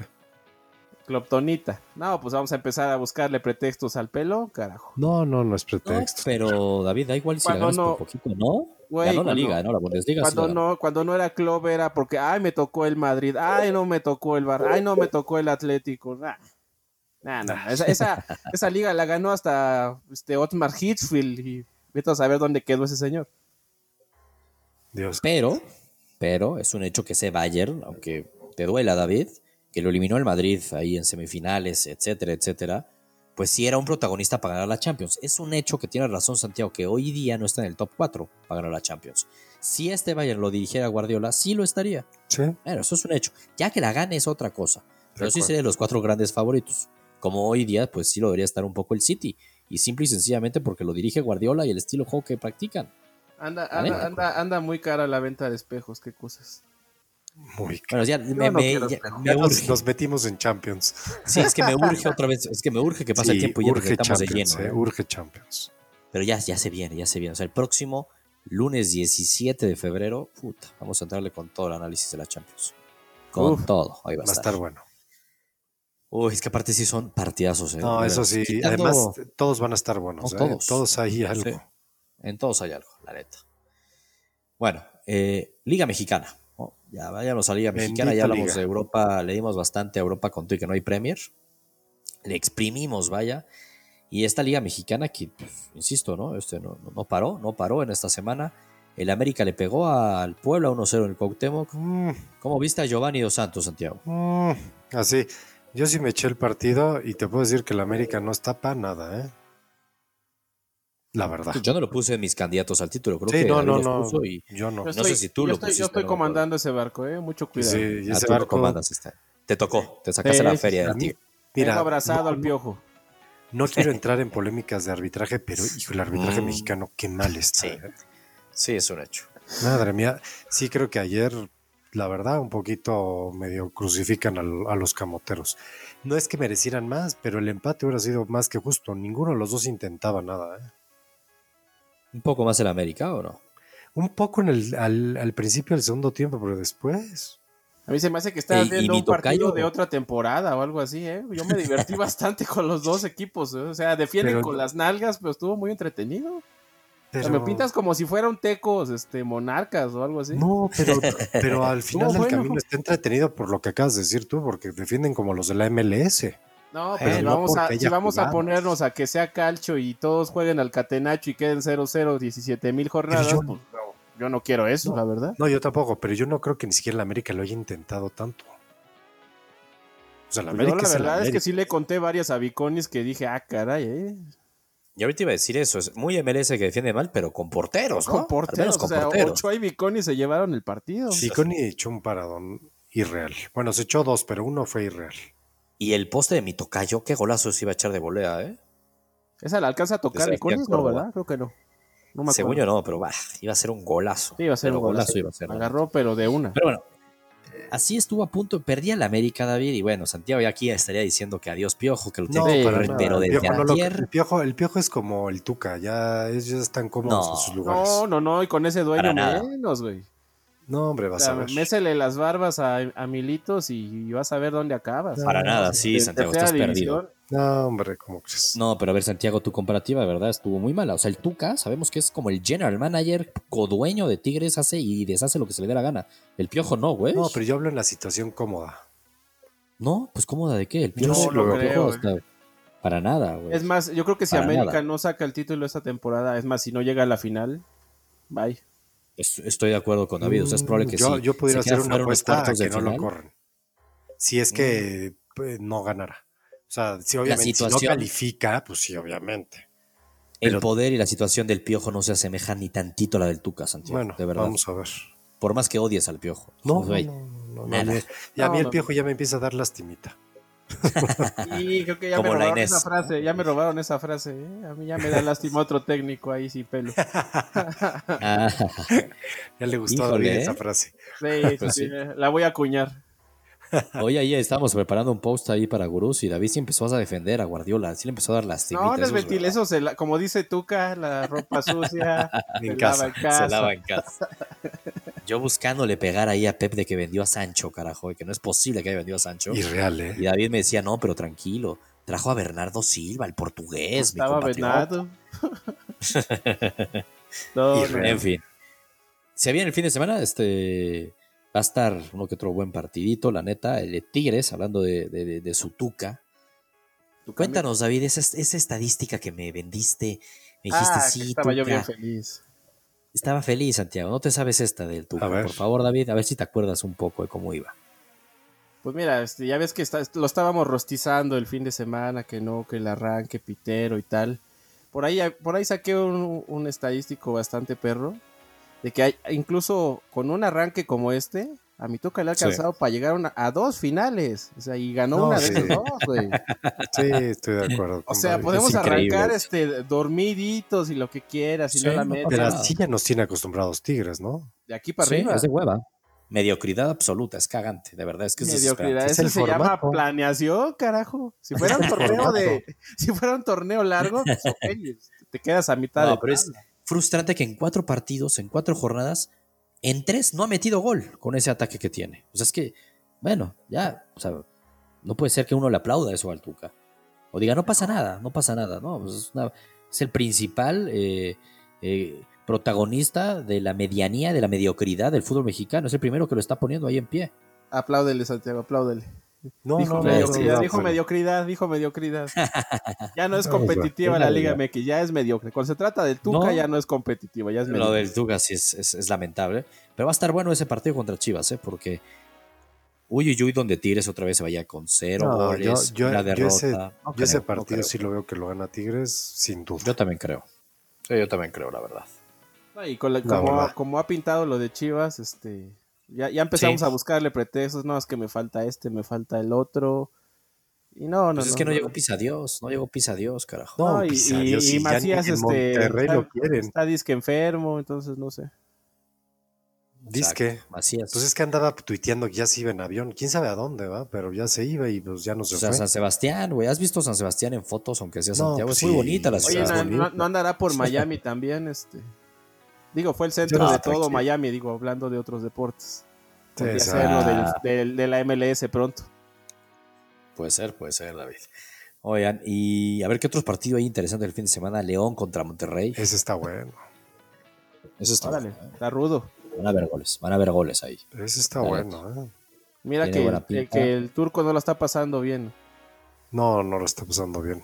Speaker 2: Cloptonita. No, pues vamos a empezar a buscarle pretextos al pelón, carajo.
Speaker 3: No, no, no es
Speaker 1: No,
Speaker 3: pretexto.
Speaker 1: pero David, da igual si la
Speaker 2: Cuando
Speaker 1: ganas por
Speaker 2: no-
Speaker 1: poquito, ¿no?
Speaker 2: Güey,
Speaker 1: ganó la
Speaker 2: cuando-
Speaker 1: Liga, ¿no? La Bundesliga sí
Speaker 2: Cuando
Speaker 1: la ganó.
Speaker 2: no, cuando no era Klopp era porque, ay, me tocó el Madrid, ay, no me tocó el Bar, ay, no me tocó el Atlético, nah. Nah, nah, Esa, esa, esa liga la ganó hasta este Otmar Hitzfield y vete a saber dónde quedó ese señor.
Speaker 3: Dios.
Speaker 1: Pero, pero es un hecho que ese Bayern, aunque te duela, David, que lo eliminó el Madrid ahí en semifinales, etcétera, etcétera, pues sí era un protagonista para ganar la Champions. Es un hecho que tiene razón Santiago, que hoy día no está en el top 4 para ganar la Champions. Si este Bayern lo dirigiera Guardiola, sí lo estaría.
Speaker 3: Sí, de
Speaker 1: Claro, eso es un hecho. Ya que la gane es otra cosa. Pero sí
Speaker 3: acuerdo.
Speaker 1: sería de los cuatro grandes favoritos. Como hoy día, pues sí lo debería estar un poco el City. Y simple y sencillamente porque lo dirige Guardiola y el estilo de juego que practican.
Speaker 2: Anda,
Speaker 1: ¿Vale?
Speaker 2: anda, anda, anda muy cara la venta de espejos, qué cosas.
Speaker 3: Muy
Speaker 1: Bueno, ya me,
Speaker 2: no
Speaker 1: me-
Speaker 2: quiero
Speaker 1: ya-
Speaker 2: espejo.
Speaker 1: me
Speaker 3: Ya nos,
Speaker 1: urge.
Speaker 3: nos metimos en Champions.
Speaker 1: Sí, es que me urge otra vez, es que me urge que pase el
Speaker 3: Sí,
Speaker 1: tiempo y ya nos
Speaker 3: urge
Speaker 1: metamos de
Speaker 3: Champions,
Speaker 1: lleno.
Speaker 3: eh,
Speaker 1: ¿no?
Speaker 3: urge Champions.
Speaker 1: Pero ya, ya se viene, ya se viene. O sea, el próximo lunes 17 de febrero, puta, vamos a entrarle con todo el análisis de la Champions. Con
Speaker 3: Uf,
Speaker 1: todo, ahí va a
Speaker 3: Va a
Speaker 1: estar.
Speaker 3: estar bueno.
Speaker 1: Uy, es que aparte sí son partidazos. ¿eh?
Speaker 3: No,
Speaker 1: De
Speaker 3: eso
Speaker 1: veras.
Speaker 3: sí.
Speaker 1: Quitando-
Speaker 3: Además, todos van a estar buenos.
Speaker 1: No,
Speaker 3: ¿eh?
Speaker 1: todos.
Speaker 3: todos. hay algo.
Speaker 1: Sí. En todos hay algo, la neta. Bueno, eh, Liga Mexicana. ¿no? Ya vayamos a Liga Mexicana,
Speaker 3: Bendita
Speaker 1: ya hablamos
Speaker 3: liga.
Speaker 1: de Europa, le dimos bastante a Europa con todo y que no hay Premier. Le exprimimos, vaya. Y esta Liga Mexicana, que, pues, insisto, ¿no? Este no, no- no paró, no paró en esta semana. El América le pegó al Puebla 1-0 en el Cuauhtémoc.
Speaker 3: Mm,
Speaker 1: ¿Cómo viste a Giovanni Dos Santos, Santiago?
Speaker 3: mm, así. Yo sí me eché el partido y te puedo decir que el América no está para nada, ¿eh? La verdad.
Speaker 1: Yo no lo puse en mis candidatos al título, creo
Speaker 3: Ah. Sí,
Speaker 1: que
Speaker 3: no,
Speaker 1: David
Speaker 3: no,
Speaker 1: los
Speaker 3: no.
Speaker 1: puso y
Speaker 3: Yo no.
Speaker 2: Yo
Speaker 1: sé si tú
Speaker 2: yo
Speaker 1: lo
Speaker 2: estoy,
Speaker 1: pusiste,
Speaker 2: yo estoy
Speaker 1: no me acuerdo.
Speaker 2: comandando ese barco, eh, mucho
Speaker 3: Y
Speaker 2: cuidado.
Speaker 3: sí, y
Speaker 1: a
Speaker 3: ese
Speaker 1: tú lo
Speaker 3: barco-
Speaker 1: comandas, este. Te tocó, te sacaste
Speaker 2: Sí,
Speaker 1: la
Speaker 2: sí,
Speaker 1: feria
Speaker 3: sí.
Speaker 1: de ti.
Speaker 2: Tengo
Speaker 3: Mira,
Speaker 2: abrazado
Speaker 3: no-
Speaker 2: al piojo.
Speaker 3: No quiero entrar en polémicas de arbitraje, pero hijo, el arbitraje mm. mexicano, qué mal está.
Speaker 1: Sí.
Speaker 3: ¿eh?
Speaker 1: sí, es un hecho.
Speaker 3: Madre mía, sí creo que ayer, la verdad, un poquito medio crucifican a, a los camoteros. No es que merecieran más, pero el empate hubiera sido más que justo. Ninguno de los dos intentaba nada. ¿eh?
Speaker 1: Un poco más el América, ¿o no?
Speaker 3: Un poco en el, al, al principio del segundo tiempo, pero después.
Speaker 2: A mí se me hace que estás viendo un partido de otra temporada o algo así, ¿eh? Yo me divertí bastante con los dos equipos, ¿eh? o sea, defienden pero, con las nalgas, pero estuvo muy entretenido. Pero... O sea, me pintas como si fueran tecos, este, monarcas o algo así.
Speaker 3: No, pero, pero al final del bueno? camino está entretenido por lo que acabas de decir tú, porque defienden como los de la MLS.
Speaker 2: No, pero eh, si vamos, no a, si vamos a, ponernos a que sea calcho y todos jueguen al catenacho y queden 0-0 17 mil jornadas, yo... pues no yo no quiero eso,
Speaker 3: no,
Speaker 2: la verdad.
Speaker 3: No, yo tampoco, pero yo no creo que ni siquiera la América lo haya intentado tanto.
Speaker 2: O sea, la pues América. Yo la verdad es, la América. es, que sí le conté varias a Viconis que dije, ah, caray, eh.
Speaker 1: Y ahorita iba a decir eso, es muy MLS que defiende mal, pero con porteros, pues ¿no?
Speaker 2: Con porteros, con o sea, porteros. Ochoa y Viconi se llevaron el partido.
Speaker 3: Viconi echó un paradón irreal. Bueno, se echó dos, pero uno fue irreal.
Speaker 1: Y el poste de mi tocayo, qué golazo se iba a echar de volea, ¿eh?
Speaker 2: Esa la alcanza a tocar Viconis, no, ¿verdad? Creo que no.
Speaker 1: No Según yo no, pero bah, iba a ser un golazo.
Speaker 2: Sí, iba a ser un golazo. golazo iba a ser, Agarró, ¿no? pero de una.
Speaker 1: Pero bueno, así estuvo a punto. Perdía la América, David. Y bueno, Santiago ya aquí estaría diciendo que adiós, Piojo, que lo no, tiene pero, no, pero desde
Speaker 3: piojo, lo, el, piojo, el Piojo es como el Tuca, ya, es, ya están cómodos en sus lugares.
Speaker 2: No, no, no, y con ese dueño menos, güey.
Speaker 3: No, hombre, vas o sea, a ver.
Speaker 2: Mésele las barbas a, a Militos y, y, vas a ver dónde acabas.
Speaker 1: Para nada, sí, Santiago, estás división. perdido.
Speaker 3: No, hombre, ¿cómo crees?
Speaker 1: No, pero a ver, Santiago, tu comparativa de verdad estuvo muy mala. O sea, el Tuca, sabemos que es como el general manager, codueño de Tigres, hace y deshace lo que se le dé la gana. El Piojo no, güey.
Speaker 3: No, pero yo hablo en la situación cómoda.
Speaker 1: No, pues cómoda de qué? El Piojo,
Speaker 2: no, lo creo, piojo
Speaker 1: está... Para nada, güey.
Speaker 2: Es más, yo creo que si
Speaker 1: Pues, Para
Speaker 2: América
Speaker 1: nada.
Speaker 2: no saca el título esta temporada, es más, si no llega a la final, bye.
Speaker 1: Estoy de acuerdo con David, o sea, es probable que
Speaker 3: yo,
Speaker 1: sí.
Speaker 3: Yo pudiera hacer una apuesta a que no final. lo corren. Si es que
Speaker 1: Mm.
Speaker 3: pues, no ganara. O sea, si obviamente si no califica, pues sí, obviamente.
Speaker 1: El Pero, poder y la situación del piojo no se asemejan ni tantito a la del Tuca, Santiago.
Speaker 3: Bueno,
Speaker 1: de verdad.
Speaker 3: vamos a ver.
Speaker 1: Por más que odies al piojo. Pues,
Speaker 3: No, no, no, no, no Y a mí el piojo ya me empieza a dar lastimita.
Speaker 2: sí, creo que ya Como me robaron esa frase, ya me robaron esa frase, ¿eh? a mí ya me da lástima otro técnico ahí sin pelo.
Speaker 3: ah, ya le gustó Híjole, a David ¿eh? esa frase.
Speaker 2: Sí, pues sí, sí, la voy a acuñar.
Speaker 1: Hoy ahí estamos preparando un post ahí para Gurús y David sí empezó a defender a Guardiola, sí le empezó a dar las
Speaker 2: No, no es mentir, eso se la, como dice Tuca, la ropa sucia
Speaker 1: en se casa, lava en casa. Se lava en casa. Yo buscándole pegar ahí a Pep de que vendió a Sancho, carajo, y que no es posible que haya vendido a Sancho.
Speaker 3: Irreal, ¿eh?
Speaker 1: Y David me decía, no, pero tranquilo, trajo a Bernardo Silva, el portugués, Estaba mi Bernardo. no, no. En fin. Si había en el fin de semana, este va a estar uno que otro buen partidito, la neta. El de Tigres, hablando de, de, de, de su tuca. Cuéntanos, David, esa, esa, estadística que me vendiste. Me dijiste,
Speaker 2: ah,
Speaker 1: sí,
Speaker 2: que estaba tuca. yo bien feliz.
Speaker 1: Estaba feliz, Santiago. No te sabes esta del Tuca. Por favor, David, a ver si te acuerdas un poco de cómo iba.
Speaker 2: Pues mira, este, ya ves que está, lo estábamos rostizando el fin de semana, que no, que el arranque, Pitero y tal. Por ahí, por ahí saqué un, un estadístico bastante perro de que hay, incluso con un arranque como este, a mi toca le ha alcanzado sí. para llegar una, a dos finales. O sea, y ganó no, una sí. de esas dos, güey.
Speaker 3: Sí, estoy de acuerdo.
Speaker 2: O sea, podemos es arrancar este dormiditos y lo que quieras, y sí, no la metas.
Speaker 3: Pero así ya nos tiene acostumbrados Tigres, ¿no?
Speaker 2: De aquí para arriba.
Speaker 1: Es de hueva. Mediocridad absoluta, es cagante, de verdad es que es
Speaker 2: Mediocridad, eso se formato? llama planeación, carajo. Si fuera un torneo de, si fuera un torneo largo, pues, okay, te quedas a mitad no, de
Speaker 1: pero es, frustrante que en cuatro partidos, en cuatro jornadas, en tres no ha metido gol con ese ataque que tiene. O sea, es que, bueno, ya, o sea, no puede ser que uno le aplauda eso al Tuca. O diga, no pasa nada, no pasa nada, ¿no? Pues es, una, es, el principal eh, eh, protagonista de la medianía, de la mediocridad del fútbol mexicano. Es el primero que lo está poniendo ahí en pie.
Speaker 2: Apláudele, Santiago, apláudele. No, dijo, no, mediocridad, no, dijo mediocridad, dijo mediocridad. ya no es competitiva la Liga MX, ya es mediocre. Cuando se trata del Tuca, ya no es competitiva, ya es mediocre.
Speaker 1: Lo del Tuca sí es, es, es, lamentable. Pero va a estar bueno ese partido contra Chivas, ¿eh? porque uy, uy, uy, donde Tigres otra vez se vaya con cero goles,
Speaker 3: yo, yo,
Speaker 1: una derrota.
Speaker 3: Yo ese, yo creo, ese partido sí lo veo que lo gana Tigres, sin duda.
Speaker 1: Yo también creo. Sí, yo también creo, la verdad.
Speaker 2: y con la, como, verdad. como ha pintado lo de Chivas, este... Ya, ya, empezamos sí. a buscarle pretextos, no, es que me falta este, me falta el otro. Y no, no.
Speaker 1: Pues
Speaker 2: no,
Speaker 1: es que no,
Speaker 2: no.
Speaker 1: llegó Pisa Dios, no llegó Pisa Dios, carajo.
Speaker 2: No, y,
Speaker 3: pisa
Speaker 2: y-
Speaker 3: Dios,
Speaker 2: y
Speaker 3: pues, si ya
Speaker 2: Macías
Speaker 3: ni en
Speaker 2: este,
Speaker 3: Monterrey
Speaker 2: está,
Speaker 3: lo quieren.
Speaker 2: está disque enfermo, entonces no sé.
Speaker 3: Disque.
Speaker 1: Exacto, Macías.
Speaker 3: Pues es que andaba tuiteando que ya se iba en avión. Quién sabe a dónde va, pero ya se iba y pues ya no se
Speaker 1: o sea,
Speaker 3: fue.
Speaker 1: San Sebastián, güey. ¿Has visto San Sebastián en fotos, aunque sea
Speaker 3: No,
Speaker 1: Santiago?
Speaker 3: pues
Speaker 1: es muy
Speaker 3: sí.
Speaker 1: bonita la
Speaker 3: Oye,
Speaker 2: Oye,
Speaker 1: ciudad.
Speaker 2: no,
Speaker 3: bonito.
Speaker 2: no- no andará por Miami también, este. Digo, fue el centro
Speaker 3: no
Speaker 2: de
Speaker 3: sé,
Speaker 2: todo
Speaker 3: sí.
Speaker 2: Miami, digo, hablando de otros deportes.
Speaker 3: Sí, Ah.
Speaker 2: Podría
Speaker 3: esa-
Speaker 2: ser lo del- del- de la MLS pronto.
Speaker 1: Puede ser, puede ser, David. Oigan, y a ver qué otros partidos hay interesantes el fin de semana. León contra Monterrey.
Speaker 3: Ese está bueno.
Speaker 1: Eso está.
Speaker 2: Órale,
Speaker 1: bueno, ¿eh?
Speaker 2: está rudo.
Speaker 1: Van a ver goles, van a ver goles ahí.
Speaker 3: Ese está
Speaker 1: Claro.
Speaker 3: bueno. ¿eh?
Speaker 2: Mira
Speaker 1: Tiene
Speaker 2: que,
Speaker 1: buena
Speaker 2: que-
Speaker 1: pinta.
Speaker 2: que el turco no la está pasando bien.
Speaker 3: No, no lo está pasando bien.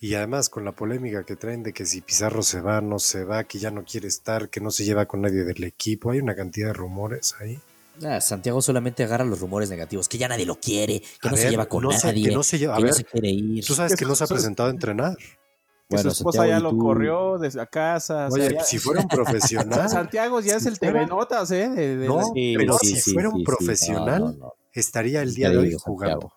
Speaker 3: Y además con la polémica que traen de que si Pizarro se va, no se va, que ya no quiere estar, que no se lleva con nadie del equipo, hay una cantidad de rumores ahí.
Speaker 1: Ah, Santiago solamente agarra los rumores negativos, que ya nadie lo quiere, que
Speaker 3: A
Speaker 1: no se
Speaker 3: ver,
Speaker 1: lleva con
Speaker 3: no se-
Speaker 1: nadie,
Speaker 3: que no se lleva- a ver,
Speaker 1: quiere ir.
Speaker 3: Tú sabes que no se ha
Speaker 2: Eso-
Speaker 3: presentado a entrenar.
Speaker 2: Que
Speaker 1: Bueno,
Speaker 2: su esposa
Speaker 1: Santiago,
Speaker 2: ya
Speaker 1: ¿y
Speaker 2: lo
Speaker 1: tú?
Speaker 2: corrió desde la casa. o sea,
Speaker 3: Oye,
Speaker 2: ya-
Speaker 3: pues, si fuera un
Speaker 2: o sea,
Speaker 3: profesional,
Speaker 2: Santiago ya es el TV Notas, ¿eh? De- de-
Speaker 3: No,
Speaker 2: de-
Speaker 3: pero si fuera un profesional,
Speaker 1: no, no, no.
Speaker 3: estaría el
Speaker 1: Ya
Speaker 3: día de
Speaker 1: digo,
Speaker 3: hoy
Speaker 1: Santiago.
Speaker 3: jugando.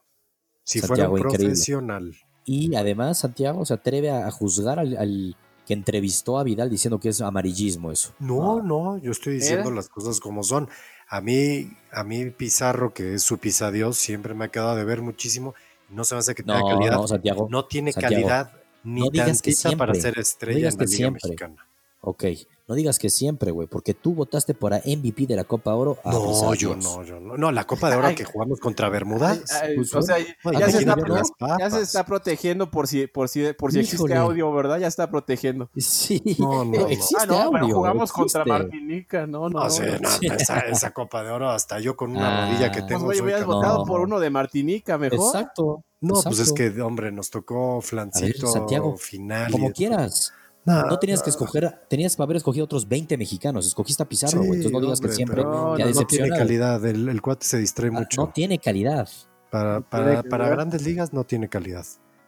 Speaker 3: Si fuera
Speaker 1: Santiago,
Speaker 3: un
Speaker 1: increíble.
Speaker 3: profesional.
Speaker 1: Y además Santiago se atreve a, a juzgar al, al que entrevistó a Vidal diciendo que es amarillismo eso.
Speaker 3: No,
Speaker 1: Ah,
Speaker 3: no, yo estoy diciendo
Speaker 2: ¿Era?
Speaker 3: las cosas como son. A mí, a mí Pizarro, que es su pisadios, siempre me ha quedado de ver muchísimo. No se me hace que tenga
Speaker 1: no,
Speaker 3: calidad.
Speaker 1: no, Santiago.
Speaker 3: no tiene
Speaker 1: Santiago,
Speaker 3: calidad ni
Speaker 1: no digas que
Speaker 3: tantita para
Speaker 1: siempre,
Speaker 3: ser estrella
Speaker 1: digas
Speaker 3: en la
Speaker 1: que
Speaker 3: Liga
Speaker 1: siempre.
Speaker 3: Mexicana.
Speaker 1: Ok, no digas que siempre, güey, porque tú votaste por a MVP de la Copa Oro. a
Speaker 3: No,
Speaker 1: Pizarro.
Speaker 3: yo no, yo no. No, la Copa de Oro
Speaker 2: Ay.
Speaker 3: que jugamos contra
Speaker 2: Ay,
Speaker 3: Bermudas.
Speaker 2: ay,
Speaker 1: pues,
Speaker 2: o sea,
Speaker 3: Ay,
Speaker 2: ya se
Speaker 3: imagínate
Speaker 2: está
Speaker 1: pro-
Speaker 3: las papas.
Speaker 2: Ya se está protegiendo por si, por si, por si existe
Speaker 1: Híjole.
Speaker 2: audio, ¿verdad? Ya está protegiendo.
Speaker 1: Sí.
Speaker 3: No, no, no.
Speaker 1: Existe
Speaker 2: ah, no, pero
Speaker 1: audio,
Speaker 2: jugamos contra
Speaker 1: existe.
Speaker 2: Martinica, no, no.
Speaker 3: No,
Speaker 2: no,
Speaker 3: sí,
Speaker 2: no.
Speaker 3: no, esa, esa Copa de Oro, hasta yo con una
Speaker 1: Ah.
Speaker 3: rodilla
Speaker 1: Pues,
Speaker 3: que
Speaker 2: Pues,
Speaker 3: tengo.
Speaker 2: güey,
Speaker 3: soy
Speaker 2: hubieras
Speaker 3: capaz.
Speaker 2: votado
Speaker 1: No.
Speaker 2: por uno de Martinica mejor.
Speaker 1: Exacto.
Speaker 3: no, pues es
Speaker 1: exacto.
Speaker 3: que, hombre, nos tocó flancito
Speaker 1: Santiago,
Speaker 3: final. y-
Speaker 1: Como quieras.
Speaker 3: Ah, No,
Speaker 1: No tenías que escoger, tenías para haber escogido otros 20 mexicanos. Escogiste a Pizarro,
Speaker 3: Sí,
Speaker 1: güey. Entonces no digas
Speaker 3: hombre,
Speaker 1: que siempre
Speaker 3: pero
Speaker 2: no,
Speaker 1: ya
Speaker 2: no,
Speaker 3: no tiene
Speaker 1: decepciona.
Speaker 3: calidad, el, el cuate se distrae
Speaker 1: Ah,
Speaker 3: mucho.
Speaker 1: No tiene calidad.
Speaker 3: para
Speaker 2: no
Speaker 3: para,
Speaker 2: tiene calidad.
Speaker 3: para grandes ligas no tiene calidad.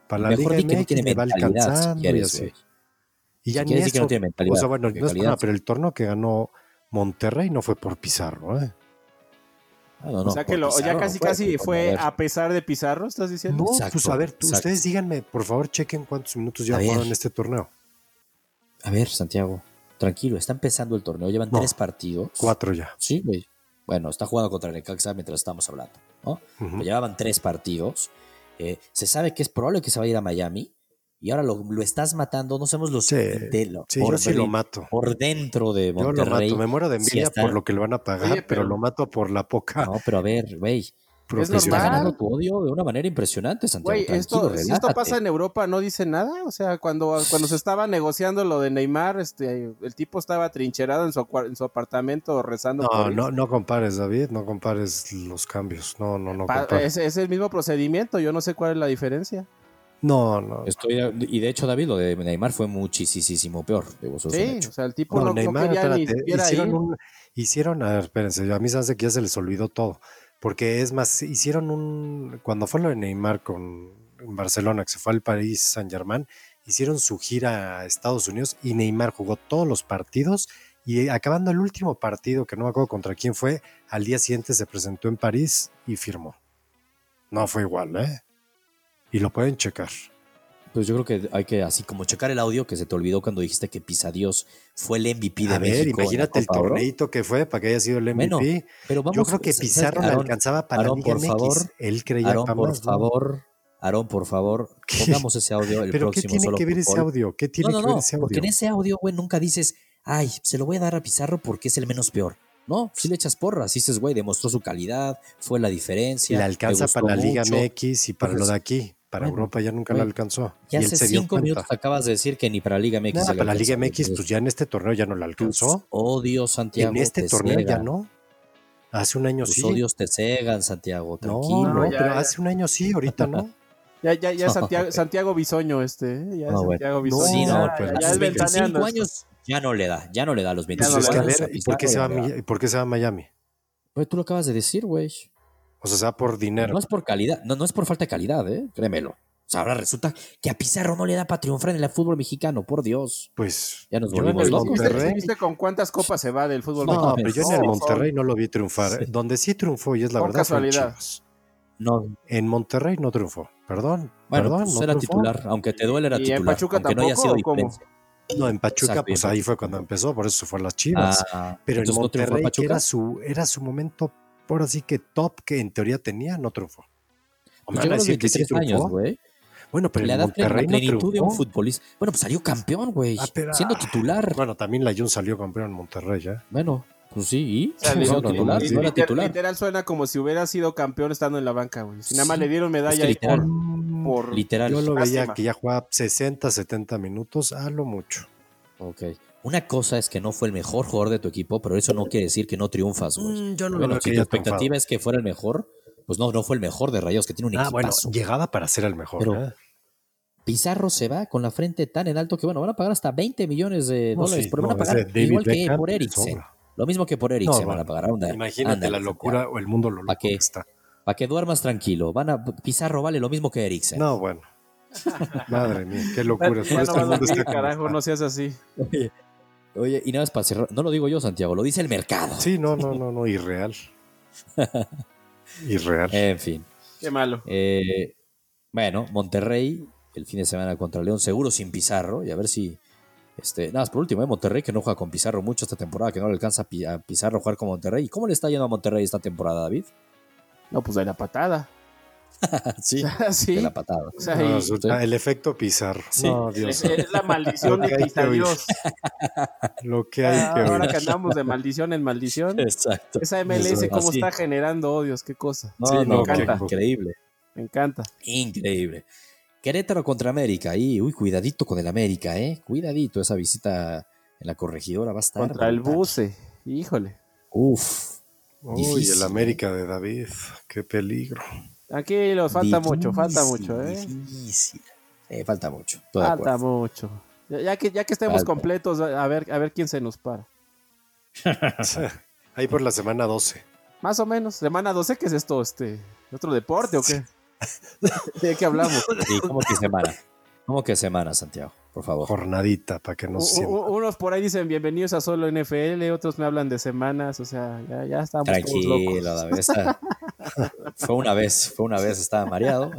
Speaker 3: Para la
Speaker 1: Mejor di que
Speaker 3: Liga
Speaker 1: no
Speaker 3: MX
Speaker 1: tiene
Speaker 3: le va
Speaker 1: mentalidad, si
Speaker 3: alcanzando y
Speaker 1: quieres,
Speaker 3: así.
Speaker 1: güey.
Speaker 3: Y
Speaker 1: Si
Speaker 3: ya ni
Speaker 1: quieres decir que
Speaker 3: eso.
Speaker 1: no tiene mentalidad.
Speaker 3: o sea, bueno,
Speaker 1: porque
Speaker 3: no es por
Speaker 1: calidad-
Speaker 3: nada, pero el torneo que ganó Monterrey no fue por Pizarro, ¿eh?
Speaker 1: Ah, no, no,
Speaker 2: o sea que
Speaker 1: por
Speaker 2: lo, ya
Speaker 1: Pizarro
Speaker 2: casi
Speaker 1: no fue,
Speaker 2: casi
Speaker 1: güey,
Speaker 2: fue
Speaker 1: como, a ver,
Speaker 2: a pesar de Pizarro, ¿estás diciendo?
Speaker 3: No,
Speaker 1: Exacto,
Speaker 3: pues a ver, tú-
Speaker 1: exacto.
Speaker 3: ustedes díganme, por favor, chequen cuántos minutos
Speaker 1: A
Speaker 3: ya
Speaker 1: ver.
Speaker 3: jugaron en este torneo.
Speaker 1: A ver, Santiago, tranquilo, está empezando el torneo. Llevan
Speaker 3: No.
Speaker 1: tres partidos.
Speaker 3: Cuatro ya.
Speaker 1: Sí, güey. Bueno, está jugando contra el Necaxa mientras estamos hablando, ¿no?
Speaker 3: Ujú.
Speaker 1: Pero Llevaban tres partidos. eh, se sabe que es probable que se va a ir a Miami. Y ahora lo, lo estás matando. No somos los
Speaker 3: Sí,
Speaker 1: de lo-
Speaker 3: Sí,
Speaker 1: por,
Speaker 3: yo sí lo
Speaker 1: de-
Speaker 3: mato.
Speaker 1: por dentro de
Speaker 3: Yo lo
Speaker 1: Monterrey.
Speaker 3: mato. Me muero de
Speaker 1: sí
Speaker 3: envidia
Speaker 1: está-
Speaker 3: por lo que le van a pagar,
Speaker 2: Oye,
Speaker 3: pero
Speaker 2: pero-
Speaker 3: lo mato por la poca
Speaker 1: No, pero a ver, güey. Te está
Speaker 2: normal.
Speaker 1: ganando
Speaker 3: profesionalidad.
Speaker 1: tu odio de una manera impresionante, Santiago.
Speaker 2: Güey,
Speaker 1: Tranquilo,
Speaker 2: esto, si esto
Speaker 1: relájate.
Speaker 2: pasa en Europa, ¿no dice nada? O sea, cuando, cuando se estaba negociando lo de Neymar, este, el tipo estaba trincherado en su, acua- en su apartamento rezando
Speaker 3: No,
Speaker 2: por
Speaker 3: no, no compares, David, no compares los cambios. No, no, no
Speaker 2: Pa-
Speaker 3: compares.
Speaker 2: es, es el mismo procedimiento, yo no sé cuál es la diferencia.
Speaker 3: No, no.
Speaker 1: Estoy, y de hecho, David, lo de Neymar fue muchísimo peor. Digo, eso es un
Speaker 2: Sí,
Speaker 1: hecho.
Speaker 2: o sea, el tipo
Speaker 3: No,
Speaker 2: no, no
Speaker 3: Neymar,
Speaker 2: quería ni
Speaker 3: espérate,
Speaker 2: siquiera ir.
Speaker 3: hicieron un, hicieron, a ver, espérense, a mí se hace que ya se les olvidó todo, porque es más, hicieron un, cuando fue lo de Neymar con en Barcelona, que se fue al París Saint Germain, hicieron su gira a Estados Unidos y Neymar jugó todos los partidos y eh, acabando el último partido, que no me acuerdo contra quién fue, al día siguiente se presentó en París y firmó. No fue igual, ¿eh? Y lo pueden checar.
Speaker 1: Pues yo creo que hay que, así como checar el audio que se te olvidó cuando dijiste que Pisa Dios fue el MVP de
Speaker 3: a ver,
Speaker 1: México. en la
Speaker 3: imagínate el
Speaker 1: Copa Oro.
Speaker 3: torneito que fue para que haya sido el MVP.
Speaker 1: Bueno, Pero vamos,
Speaker 3: Yo creo que
Speaker 1: ¿sabes?
Speaker 3: Pizarro le
Speaker 1: Aarón,
Speaker 3: alcanzaba para
Speaker 1: Aarón,
Speaker 3: Liga
Speaker 1: por
Speaker 3: MX.
Speaker 1: favor.
Speaker 3: Él creía
Speaker 1: Aarón,
Speaker 3: para
Speaker 1: por
Speaker 3: más, ¿no?
Speaker 1: favor. Aarón, por favor,
Speaker 3: ¿Qué?
Speaker 1: pongamos ese audio el
Speaker 3: Pero ¿qué
Speaker 1: próximo
Speaker 3: tiene
Speaker 1: solo
Speaker 3: que ver ese
Speaker 1: Fútbol.
Speaker 3: audio? ¿Qué tiene
Speaker 1: no,
Speaker 3: que
Speaker 1: no,
Speaker 3: ver
Speaker 1: no,
Speaker 3: ese
Speaker 1: porque
Speaker 3: audio?
Speaker 1: en ese audio, güey, nunca dices, ay, se lo voy a dar a Pizarro porque es el menos peor. No, si le echas porras, dices, güey, demostró su calidad, fue la diferencia.
Speaker 3: Le
Speaker 1: me
Speaker 3: alcanza
Speaker 1: gustó
Speaker 3: para la Liga
Speaker 1: mucho.
Speaker 3: MX y para
Speaker 1: Entonces,
Speaker 3: lo de aquí. Para
Speaker 1: bueno,
Speaker 3: Europa ya nunca
Speaker 1: bueno,
Speaker 3: le alcanzó.
Speaker 1: Ya
Speaker 3: y él
Speaker 1: hace
Speaker 3: se dio
Speaker 1: cinco
Speaker 3: cuenta.
Speaker 1: minutos acabas de decir que ni para Liga MX.
Speaker 3: Nada,
Speaker 1: se le
Speaker 3: para la Liga
Speaker 1: alcanza, güey.
Speaker 3: MX, pues ya en este torneo ya no le
Speaker 1: Tus
Speaker 3: alcanzó.
Speaker 1: Odios, Santiago.
Speaker 3: en este
Speaker 1: te
Speaker 3: torneo ya
Speaker 1: ciegan.
Speaker 3: no. Hace un año
Speaker 1: Tus
Speaker 3: sí.
Speaker 1: odios te cegan, Santiago.
Speaker 3: no,
Speaker 1: Tranquilo.
Speaker 3: no,
Speaker 2: No, ya,
Speaker 3: pero
Speaker 2: ya.
Speaker 3: hace un año sí, ahorita no.
Speaker 2: Ya, ya, ya
Speaker 1: No,
Speaker 2: Santiago,
Speaker 1: güey.
Speaker 2: Santiago Bisoño, este, ¿eh? ya
Speaker 1: No, bueno.
Speaker 2: Santiago
Speaker 3: No,
Speaker 2: Bisoño.
Speaker 1: sí, no, pues,
Speaker 2: ya,
Speaker 1: pero
Speaker 2: ya,
Speaker 1: a
Speaker 2: ya
Speaker 1: sus
Speaker 2: es
Speaker 1: 25
Speaker 2: ventaneando.
Speaker 1: años ya no le da, ya no le da a los
Speaker 2: no
Speaker 1: 25
Speaker 3: Pues es que a
Speaker 1: años.
Speaker 3: ver, ¿y
Speaker 1: Pizarro
Speaker 3: por qué
Speaker 1: ya
Speaker 3: se va,
Speaker 1: no le da.
Speaker 3: a Mi- por qué se va a Miami?
Speaker 1: Güey, tú lo acabas de decir, güey.
Speaker 3: O sea, se va por dinero.
Speaker 1: Pues, No es por calidad, no, no es por falta de calidad, ¿eh? Créemelo. O sea, ahora resulta que a Pizarro no le da para triunfar en el fútbol mexicano, por Dios.
Speaker 3: Pues
Speaker 1: Ya nos
Speaker 3: yo en
Speaker 1: volvimos
Speaker 3: el
Speaker 1: locos.
Speaker 3: Monterrey-
Speaker 2: ¿Viste con cuántas copas se va del fútbol
Speaker 1: No,
Speaker 2: mexicano?
Speaker 3: No, pero yo en
Speaker 2: No,
Speaker 3: el
Speaker 2: son-
Speaker 3: Monterrey no lo vi triunfar. ¿eh? Donde sí triunfó, y es la
Speaker 2: Son
Speaker 3: verdad, fue en
Speaker 2: casualidad.
Speaker 3: Chivas.
Speaker 1: No,
Speaker 3: En Monterrey no triunfó. Perdón.
Speaker 1: Bueno,
Speaker 3: perdón,
Speaker 1: pues era titular, aunque te duele era
Speaker 2: ¿Y en
Speaker 1: titular.
Speaker 2: Pachuca
Speaker 1: aunque no haya sido
Speaker 2: tampoco, o cómo?
Speaker 1: diferencia.
Speaker 3: No, en Pachuca,
Speaker 1: Exacto,
Speaker 3: pues
Speaker 1: en
Speaker 3: ahí
Speaker 1: Pachuca.
Speaker 3: fue cuando empezó, por eso se fue a las Chivas.
Speaker 1: Ah,
Speaker 3: pues, Pero en
Speaker 1: entonces no triunfó
Speaker 3: Monterrey, que
Speaker 1: Pachuca. Pues
Speaker 3: era su, era su momento, por así que top, que en teoría tenía, no triunfó. ¿O
Speaker 1: Pues
Speaker 3: me van a
Speaker 1: llegó a los
Speaker 3: decir que sí
Speaker 1: 23 años,
Speaker 3: triunfó?
Speaker 1: güey.
Speaker 3: Bueno, pero
Speaker 1: La
Speaker 3: en
Speaker 1: edad plena- la
Speaker 3: Monterrey no
Speaker 1: plenitud de un
Speaker 3: triunfó.
Speaker 1: futbolista. Bueno, pues salió campeón, güey.
Speaker 3: Ah, pero-
Speaker 1: Siendo titular.
Speaker 3: Bueno, también la Jun salió campeón en Monterrey, ¿eh?
Speaker 1: Bueno, pues sí, y
Speaker 3: sea,
Speaker 1: siendo
Speaker 3: literal-
Speaker 1: titular, no era
Speaker 2: literal,
Speaker 1: titular.
Speaker 2: literal suena como si hubiera sido campeón estando en la banca, güey. Si nada más
Speaker 1: Sí,
Speaker 2: le dieron medalla
Speaker 1: es que
Speaker 2: ahí
Speaker 1: literal.
Speaker 2: por, por-
Speaker 1: Literal.
Speaker 3: Yo lo veía
Speaker 2: Lástima.
Speaker 3: que ya jugaba 60, 70 minutos, a lo mucho.
Speaker 1: Ok. Una cosa es que no fue el mejor jugador de tu equipo, pero eso no quiere decir que Mm, no triunfas, güey.
Speaker 3: yo no
Speaker 1: Bueno, si tu expectativa es que fuera el mejor, pues no, no fue el mejor de Rayos, que tiene un
Speaker 3: Ah, bueno,
Speaker 1: equipazo.
Speaker 3: llegada para ser el mejor.
Speaker 1: Pero-
Speaker 3: ¿eh?
Speaker 1: Pizarro se va con la frente tan en alto que, bueno, van a pagar hasta 20 millones de
Speaker 3: No,
Speaker 1: dólares.
Speaker 3: sí,
Speaker 1: pero
Speaker 3: no,
Speaker 1: van a pagar
Speaker 3: ese David
Speaker 1: igual que
Speaker 3: Beckham, pues,
Speaker 1: por Eriksen.
Speaker 3: sobra.
Speaker 1: Lo mismo que por Eriksen
Speaker 3: No,
Speaker 1: van a
Speaker 3: bueno,
Speaker 1: pagar. Anda,
Speaker 3: Imagínate
Speaker 1: ándale,
Speaker 3: la locura o el mundo lo
Speaker 1: ¿Pa'
Speaker 3: loco que
Speaker 1: qué?
Speaker 3: está.
Speaker 1: Para que duermas tranquilo. Van a, Pizarro vale lo mismo que Eriksen.
Speaker 3: No, bueno. Madre mía, qué locura.
Speaker 2: Ya
Speaker 3: Por
Speaker 2: no
Speaker 3: este
Speaker 2: va a
Speaker 3: mundo
Speaker 2: dormir,
Speaker 3: está como
Speaker 2: carajo,
Speaker 3: está.
Speaker 2: no seas así.
Speaker 1: Oye, oye, y nada más para cerrar. No lo digo yo, Santiago, lo dice el mercado.
Speaker 3: Sí, no, no, no, no, irreal. Irreal.
Speaker 1: En fin.
Speaker 2: Qué malo.
Speaker 1: Eh, bueno, Monterrey el fin de semana contra León, seguro sin Pizarro. Y a ver si. Este, nada más por último, eh, Monterrey que no juega con Pizarro mucho esta temporada, que no le alcanza a Pi- a Pizarro jugar con Monterrey. ¿Y cómo le está yendo a Monterrey esta temporada, David? Ah,
Speaker 2: No, pues de la patada.
Speaker 1: sí,
Speaker 2: sí.
Speaker 1: de la patada.
Speaker 2: O sea,
Speaker 3: No,
Speaker 2: y-
Speaker 3: resulta- el efecto pizarro.
Speaker 1: Sí.
Speaker 3: No,
Speaker 2: es,
Speaker 3: Dios.
Speaker 2: es la maldición de
Speaker 3: Lo que hay que oír.
Speaker 2: Pitadios.
Speaker 3: Lo que hay
Speaker 1: Ah,
Speaker 3: que
Speaker 2: Ahora
Speaker 3: oír.
Speaker 2: que andamos de maldición en maldición.
Speaker 1: Exacto.
Speaker 2: Esa MLS
Speaker 1: Eso,
Speaker 2: cómo
Speaker 1: así.
Speaker 2: está generando odios, qué cosa.
Speaker 1: No,
Speaker 3: Sí,
Speaker 1: no,
Speaker 3: no,
Speaker 1: qué-
Speaker 2: encanta.
Speaker 1: increíble.
Speaker 2: Me encanta.
Speaker 1: Increíble. Querétaro contra América. Y, uy, cuidadito con el América, ¿eh? Cuidadito. Esa visita en la corregidora va a estar.
Speaker 2: Contra el
Speaker 1: brutal.
Speaker 2: buce. Híjole.
Speaker 1: Uf.
Speaker 3: Uy,
Speaker 1: Difícil,
Speaker 3: el América de David. Qué peligro.
Speaker 2: Aquí los falta mucho, falta
Speaker 1: Difícil,
Speaker 2: mucho, ¿eh?
Speaker 1: difícil. Eh, falta mucho. estoy de
Speaker 2: Falta
Speaker 1: acuerdo.
Speaker 2: mucho. Ya, ya que, ya que estemos
Speaker 1: Falta.
Speaker 2: completos, a ver, a ver quién se nos para.
Speaker 3: Ahí por la semana 12.
Speaker 2: Más o menos. Semana 12, ¿qué es esto? Este, ¿Otro deporte o qué? ¿De qué hablamos?
Speaker 1: ¿Y cómo que semana? ¿Cómo que semana, Santiago? Por favor.
Speaker 3: Jornadita para que no
Speaker 1: Oh,
Speaker 3: se
Speaker 2: U-
Speaker 3: sienta.
Speaker 2: u- unos por ahí dicen bienvenidos a solo NFL, otros me hablan de semanas, o sea, ya, ya estamos todos
Speaker 1: Tranquilo,
Speaker 2: locos.
Speaker 1: David. está- Fue una vez, fue una vez, estaba mareado.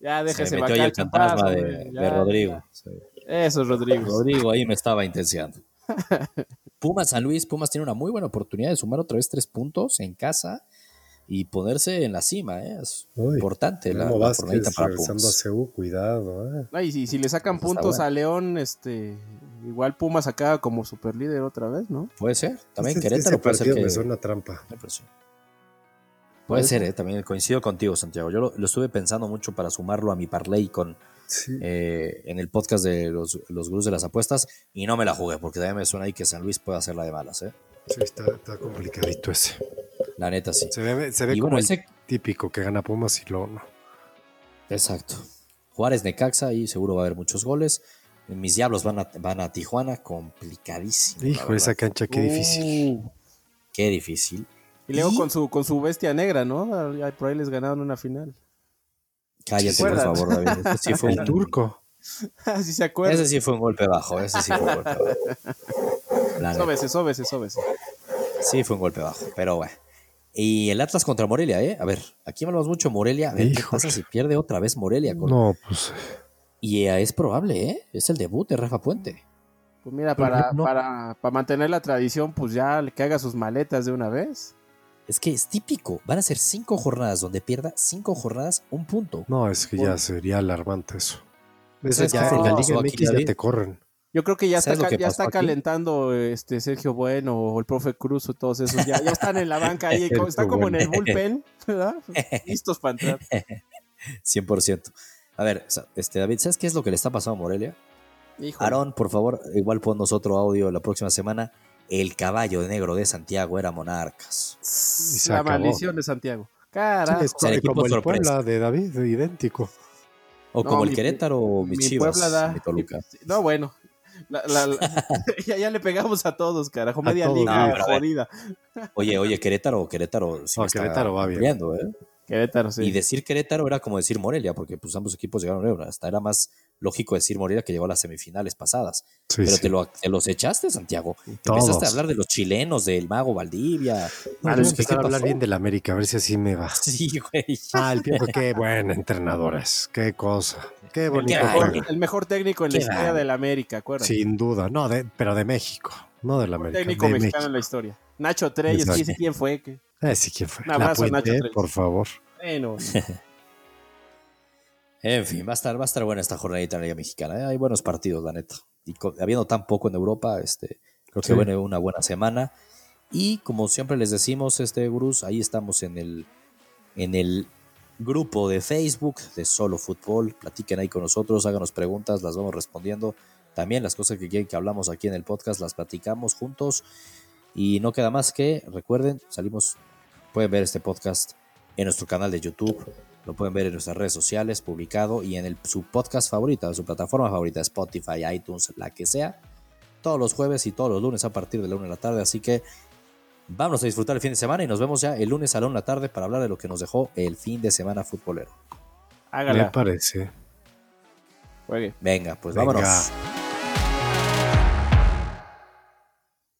Speaker 2: Ya
Speaker 1: Se
Speaker 2: déjese
Speaker 1: metió ahí el
Speaker 2: chutazo,
Speaker 1: fantasma de,
Speaker 2: hombre, ya,
Speaker 1: de Rodrigo. Sí.
Speaker 2: ya. Eso es Rodrigo.
Speaker 1: Rodrigo ahí me estaba intensiando. Pumas San Luis, Pumas tiene una muy buena oportunidad de sumar otra vez tres puntos en casa y ponerse en la cima. ¿eh? Es
Speaker 3: Uy,
Speaker 1: importante la,
Speaker 3: Memo
Speaker 1: la
Speaker 3: Vázquez
Speaker 1: jornadita para
Speaker 3: regresando a
Speaker 1: Pumas.
Speaker 3: CU, cuidado. eh.
Speaker 2: No, y si, si le sacan
Speaker 1: Pues, Está
Speaker 2: puntos
Speaker 1: bueno.
Speaker 2: a León, este, igual Pumas acaba como superlíder otra vez, ¿no?
Speaker 1: Puede ser, también
Speaker 3: Este-
Speaker 1: Querétaro
Speaker 3: este
Speaker 1: puede ser
Speaker 3: partido
Speaker 1: que...
Speaker 3: me Pues suena trampa.
Speaker 1: Me impresiona. Puede ser, ¿eh? también coincido contigo, Santiago. Yo lo, lo estuve pensando mucho para sumarlo a mi parlay con,
Speaker 3: Sí.
Speaker 1: eh, en el podcast de los, los gurús de las apuestas y no me la jugué porque también me suena ahí que San Luis puede hacer la de malas. ¿eh?
Speaker 3: Sí, está, está complicadito ese.
Speaker 1: La neta, sí.
Speaker 3: Se ve, se ve
Speaker 1: Y
Speaker 3: como
Speaker 1: bueno,
Speaker 3: el
Speaker 1: ese-
Speaker 3: típico que gana Pumas y luego no.
Speaker 1: Exacto. Juárez Necaxa, ahí seguro va a haber muchos goles. Mis diablos van a, van a Tijuana, complicadísimo. la
Speaker 3: Hijo,
Speaker 1: verdad.
Speaker 3: esa cancha qué difícil.
Speaker 2: Uh,
Speaker 1: Qué difícil.
Speaker 2: Y luego
Speaker 1: Y-
Speaker 2: con su, con su bestia negra, ¿no? Ay, Por ahí les ganaron una final.
Speaker 1: Cállate,
Speaker 2: ¿Se
Speaker 1: por
Speaker 2: acuerdan?
Speaker 1: favor, David. Ese sí fue
Speaker 3: El
Speaker 1: un
Speaker 3: turco.
Speaker 2: si Ah, se acuerdan.
Speaker 1: Ese sí fue un golpe bajo. Ese sí fue un golpe bajo. La neta.
Speaker 2: Sóbese, sóbese, sóbese.
Speaker 1: Sí, fue un golpe bajo, pero bueno. Y el Atlas contra Morelia, ¿eh? A ver, aquí hablamos mucho de Morelia. A ver, ¿Qué
Speaker 3: Híjole.
Speaker 1: pasa si pierde otra vez Morelia? con-
Speaker 3: No, pues.
Speaker 1: Y eh, es probable, ¿eh? Es el debut de Rafa Puente.
Speaker 2: Pues mira,
Speaker 3: Pero
Speaker 2: para,
Speaker 3: no-
Speaker 2: para, para mantener la tradición, pues ya que haga sus maletas de una vez.
Speaker 1: Es que es típico. Van a ser cinco jornadas donde pierda cinco jornadas un punto.
Speaker 3: No, es que ya
Speaker 1: Bueno.
Speaker 3: sería alarmante eso.
Speaker 1: sea,
Speaker 3: Es que
Speaker 2: ya
Speaker 3: en la
Speaker 2: no,
Speaker 3: Liga
Speaker 1: pasó aquí,
Speaker 3: MX ya
Speaker 1: David.
Speaker 3: te corren.
Speaker 2: Yo creo que ya está,
Speaker 1: ¿Sabes lo
Speaker 2: ca-
Speaker 1: que
Speaker 2: ya
Speaker 1: pasó
Speaker 2: está
Speaker 1: aquí?
Speaker 2: calentando este Sergio Bueno o el profe Cruz o todos esos. Ya, ya están en la banca ahí,
Speaker 3: Sergio
Speaker 2: están como en el
Speaker 1: Bueno.
Speaker 2: bullpen, ¿verdad? Listos para entrar.
Speaker 1: 100%. A ver, sa- este, David, ¿sabes qué es lo que le está pasando a Morelia?
Speaker 2: Hijo,
Speaker 1: Aarón, por favor, igual ponnos otro audio la próxima semana. El caballo negro de Santiago era Monarcas.
Speaker 3: se
Speaker 2: la
Speaker 3: acabó.
Speaker 2: maldición de Santiago. Carajo.
Speaker 3: Sí, es
Speaker 1: O sea, el equipo
Speaker 3: como el
Speaker 1: sorpresa.
Speaker 3: Puebla de David, idéntico.
Speaker 1: O
Speaker 2: No,
Speaker 1: como el
Speaker 2: mi-
Speaker 1: Querétaro o mi,
Speaker 2: mi
Speaker 1: Chivas,
Speaker 2: Puebla da-
Speaker 1: mi Toluca.
Speaker 2: No, bueno. La- la- la- ya, ya le pegamos a todos, carajo.
Speaker 3: A
Speaker 2: Media
Speaker 3: todos,
Speaker 1: no,
Speaker 2: liga
Speaker 1: pero a ver.
Speaker 2: jodida.
Speaker 1: Oye, oye, Querétaro, Querétaro. sí
Speaker 3: No,
Speaker 1: me está
Speaker 3: Querétaro va bien.
Speaker 1: cumpliendo, ¿eh?
Speaker 2: Querétaro, sí.
Speaker 1: Y decir Querétaro era como decir Morelia, porque pues ambos equipos llegaron a Euro. Hasta era más lógico decir Morelia que llegó a las semifinales pasadas. Sí, pero sí. Te, lo, te, los echaste, Santiago. Todos. Empezaste a hablar de los chilenos, del mago Valdivia.
Speaker 3: No, no, Ah, es que, que a hablar bien del América, a ver si así me va.
Speaker 1: Sí, güey.
Speaker 3: Ah, el tiempo, qué buen entrenador es. Qué cosa. Qué bonito.
Speaker 2: Qué, el mejor técnico en qué la historia del América, acuérdate.
Speaker 3: Sin duda, no, de, pero de México, no del América.
Speaker 2: Técnico
Speaker 3: de
Speaker 2: mexicano México. en la historia. Nacho Treyes, sí, sí, quién fue. ¿Qué?
Speaker 3: Eh, sí, quién fue. Un abrazo, la puente, Nacho por favor.
Speaker 2: Bueno.
Speaker 1: En fin, va a estar, va a estar buena esta jornadita en la Liga Mexicana. ¿eh? Hay buenos partidos, la neta. Y habiendo tan poco en Europa, este, creo que sí. viene una buena semana. Y como siempre les decimos, este Gurús, ahí estamos en el, en el grupo de Facebook de Solo Fútbol. Platiquen ahí con nosotros, háganos preguntas, las vamos respondiendo. También las cosas que quieren que hablamos aquí en el podcast, las platicamos juntos. Y no queda más que, recuerden, salimos, pueden ver este podcast en nuestro canal de YouTube lo pueden ver en nuestras redes sociales, publicado y en el, su podcast favorita, su plataforma favorita, Spotify, iTunes, la que sea, todos los jueves y todos los lunes a partir de la 1 de la tarde. Así que vámonos a disfrutar el fin de semana y nos vemos ya el lunes a la 1 de la tarde para hablar de lo que nos dejó el fin de semana futbolero.
Speaker 3: Hágala. Me parece.
Speaker 1: Venga, pues Venga. vámonos.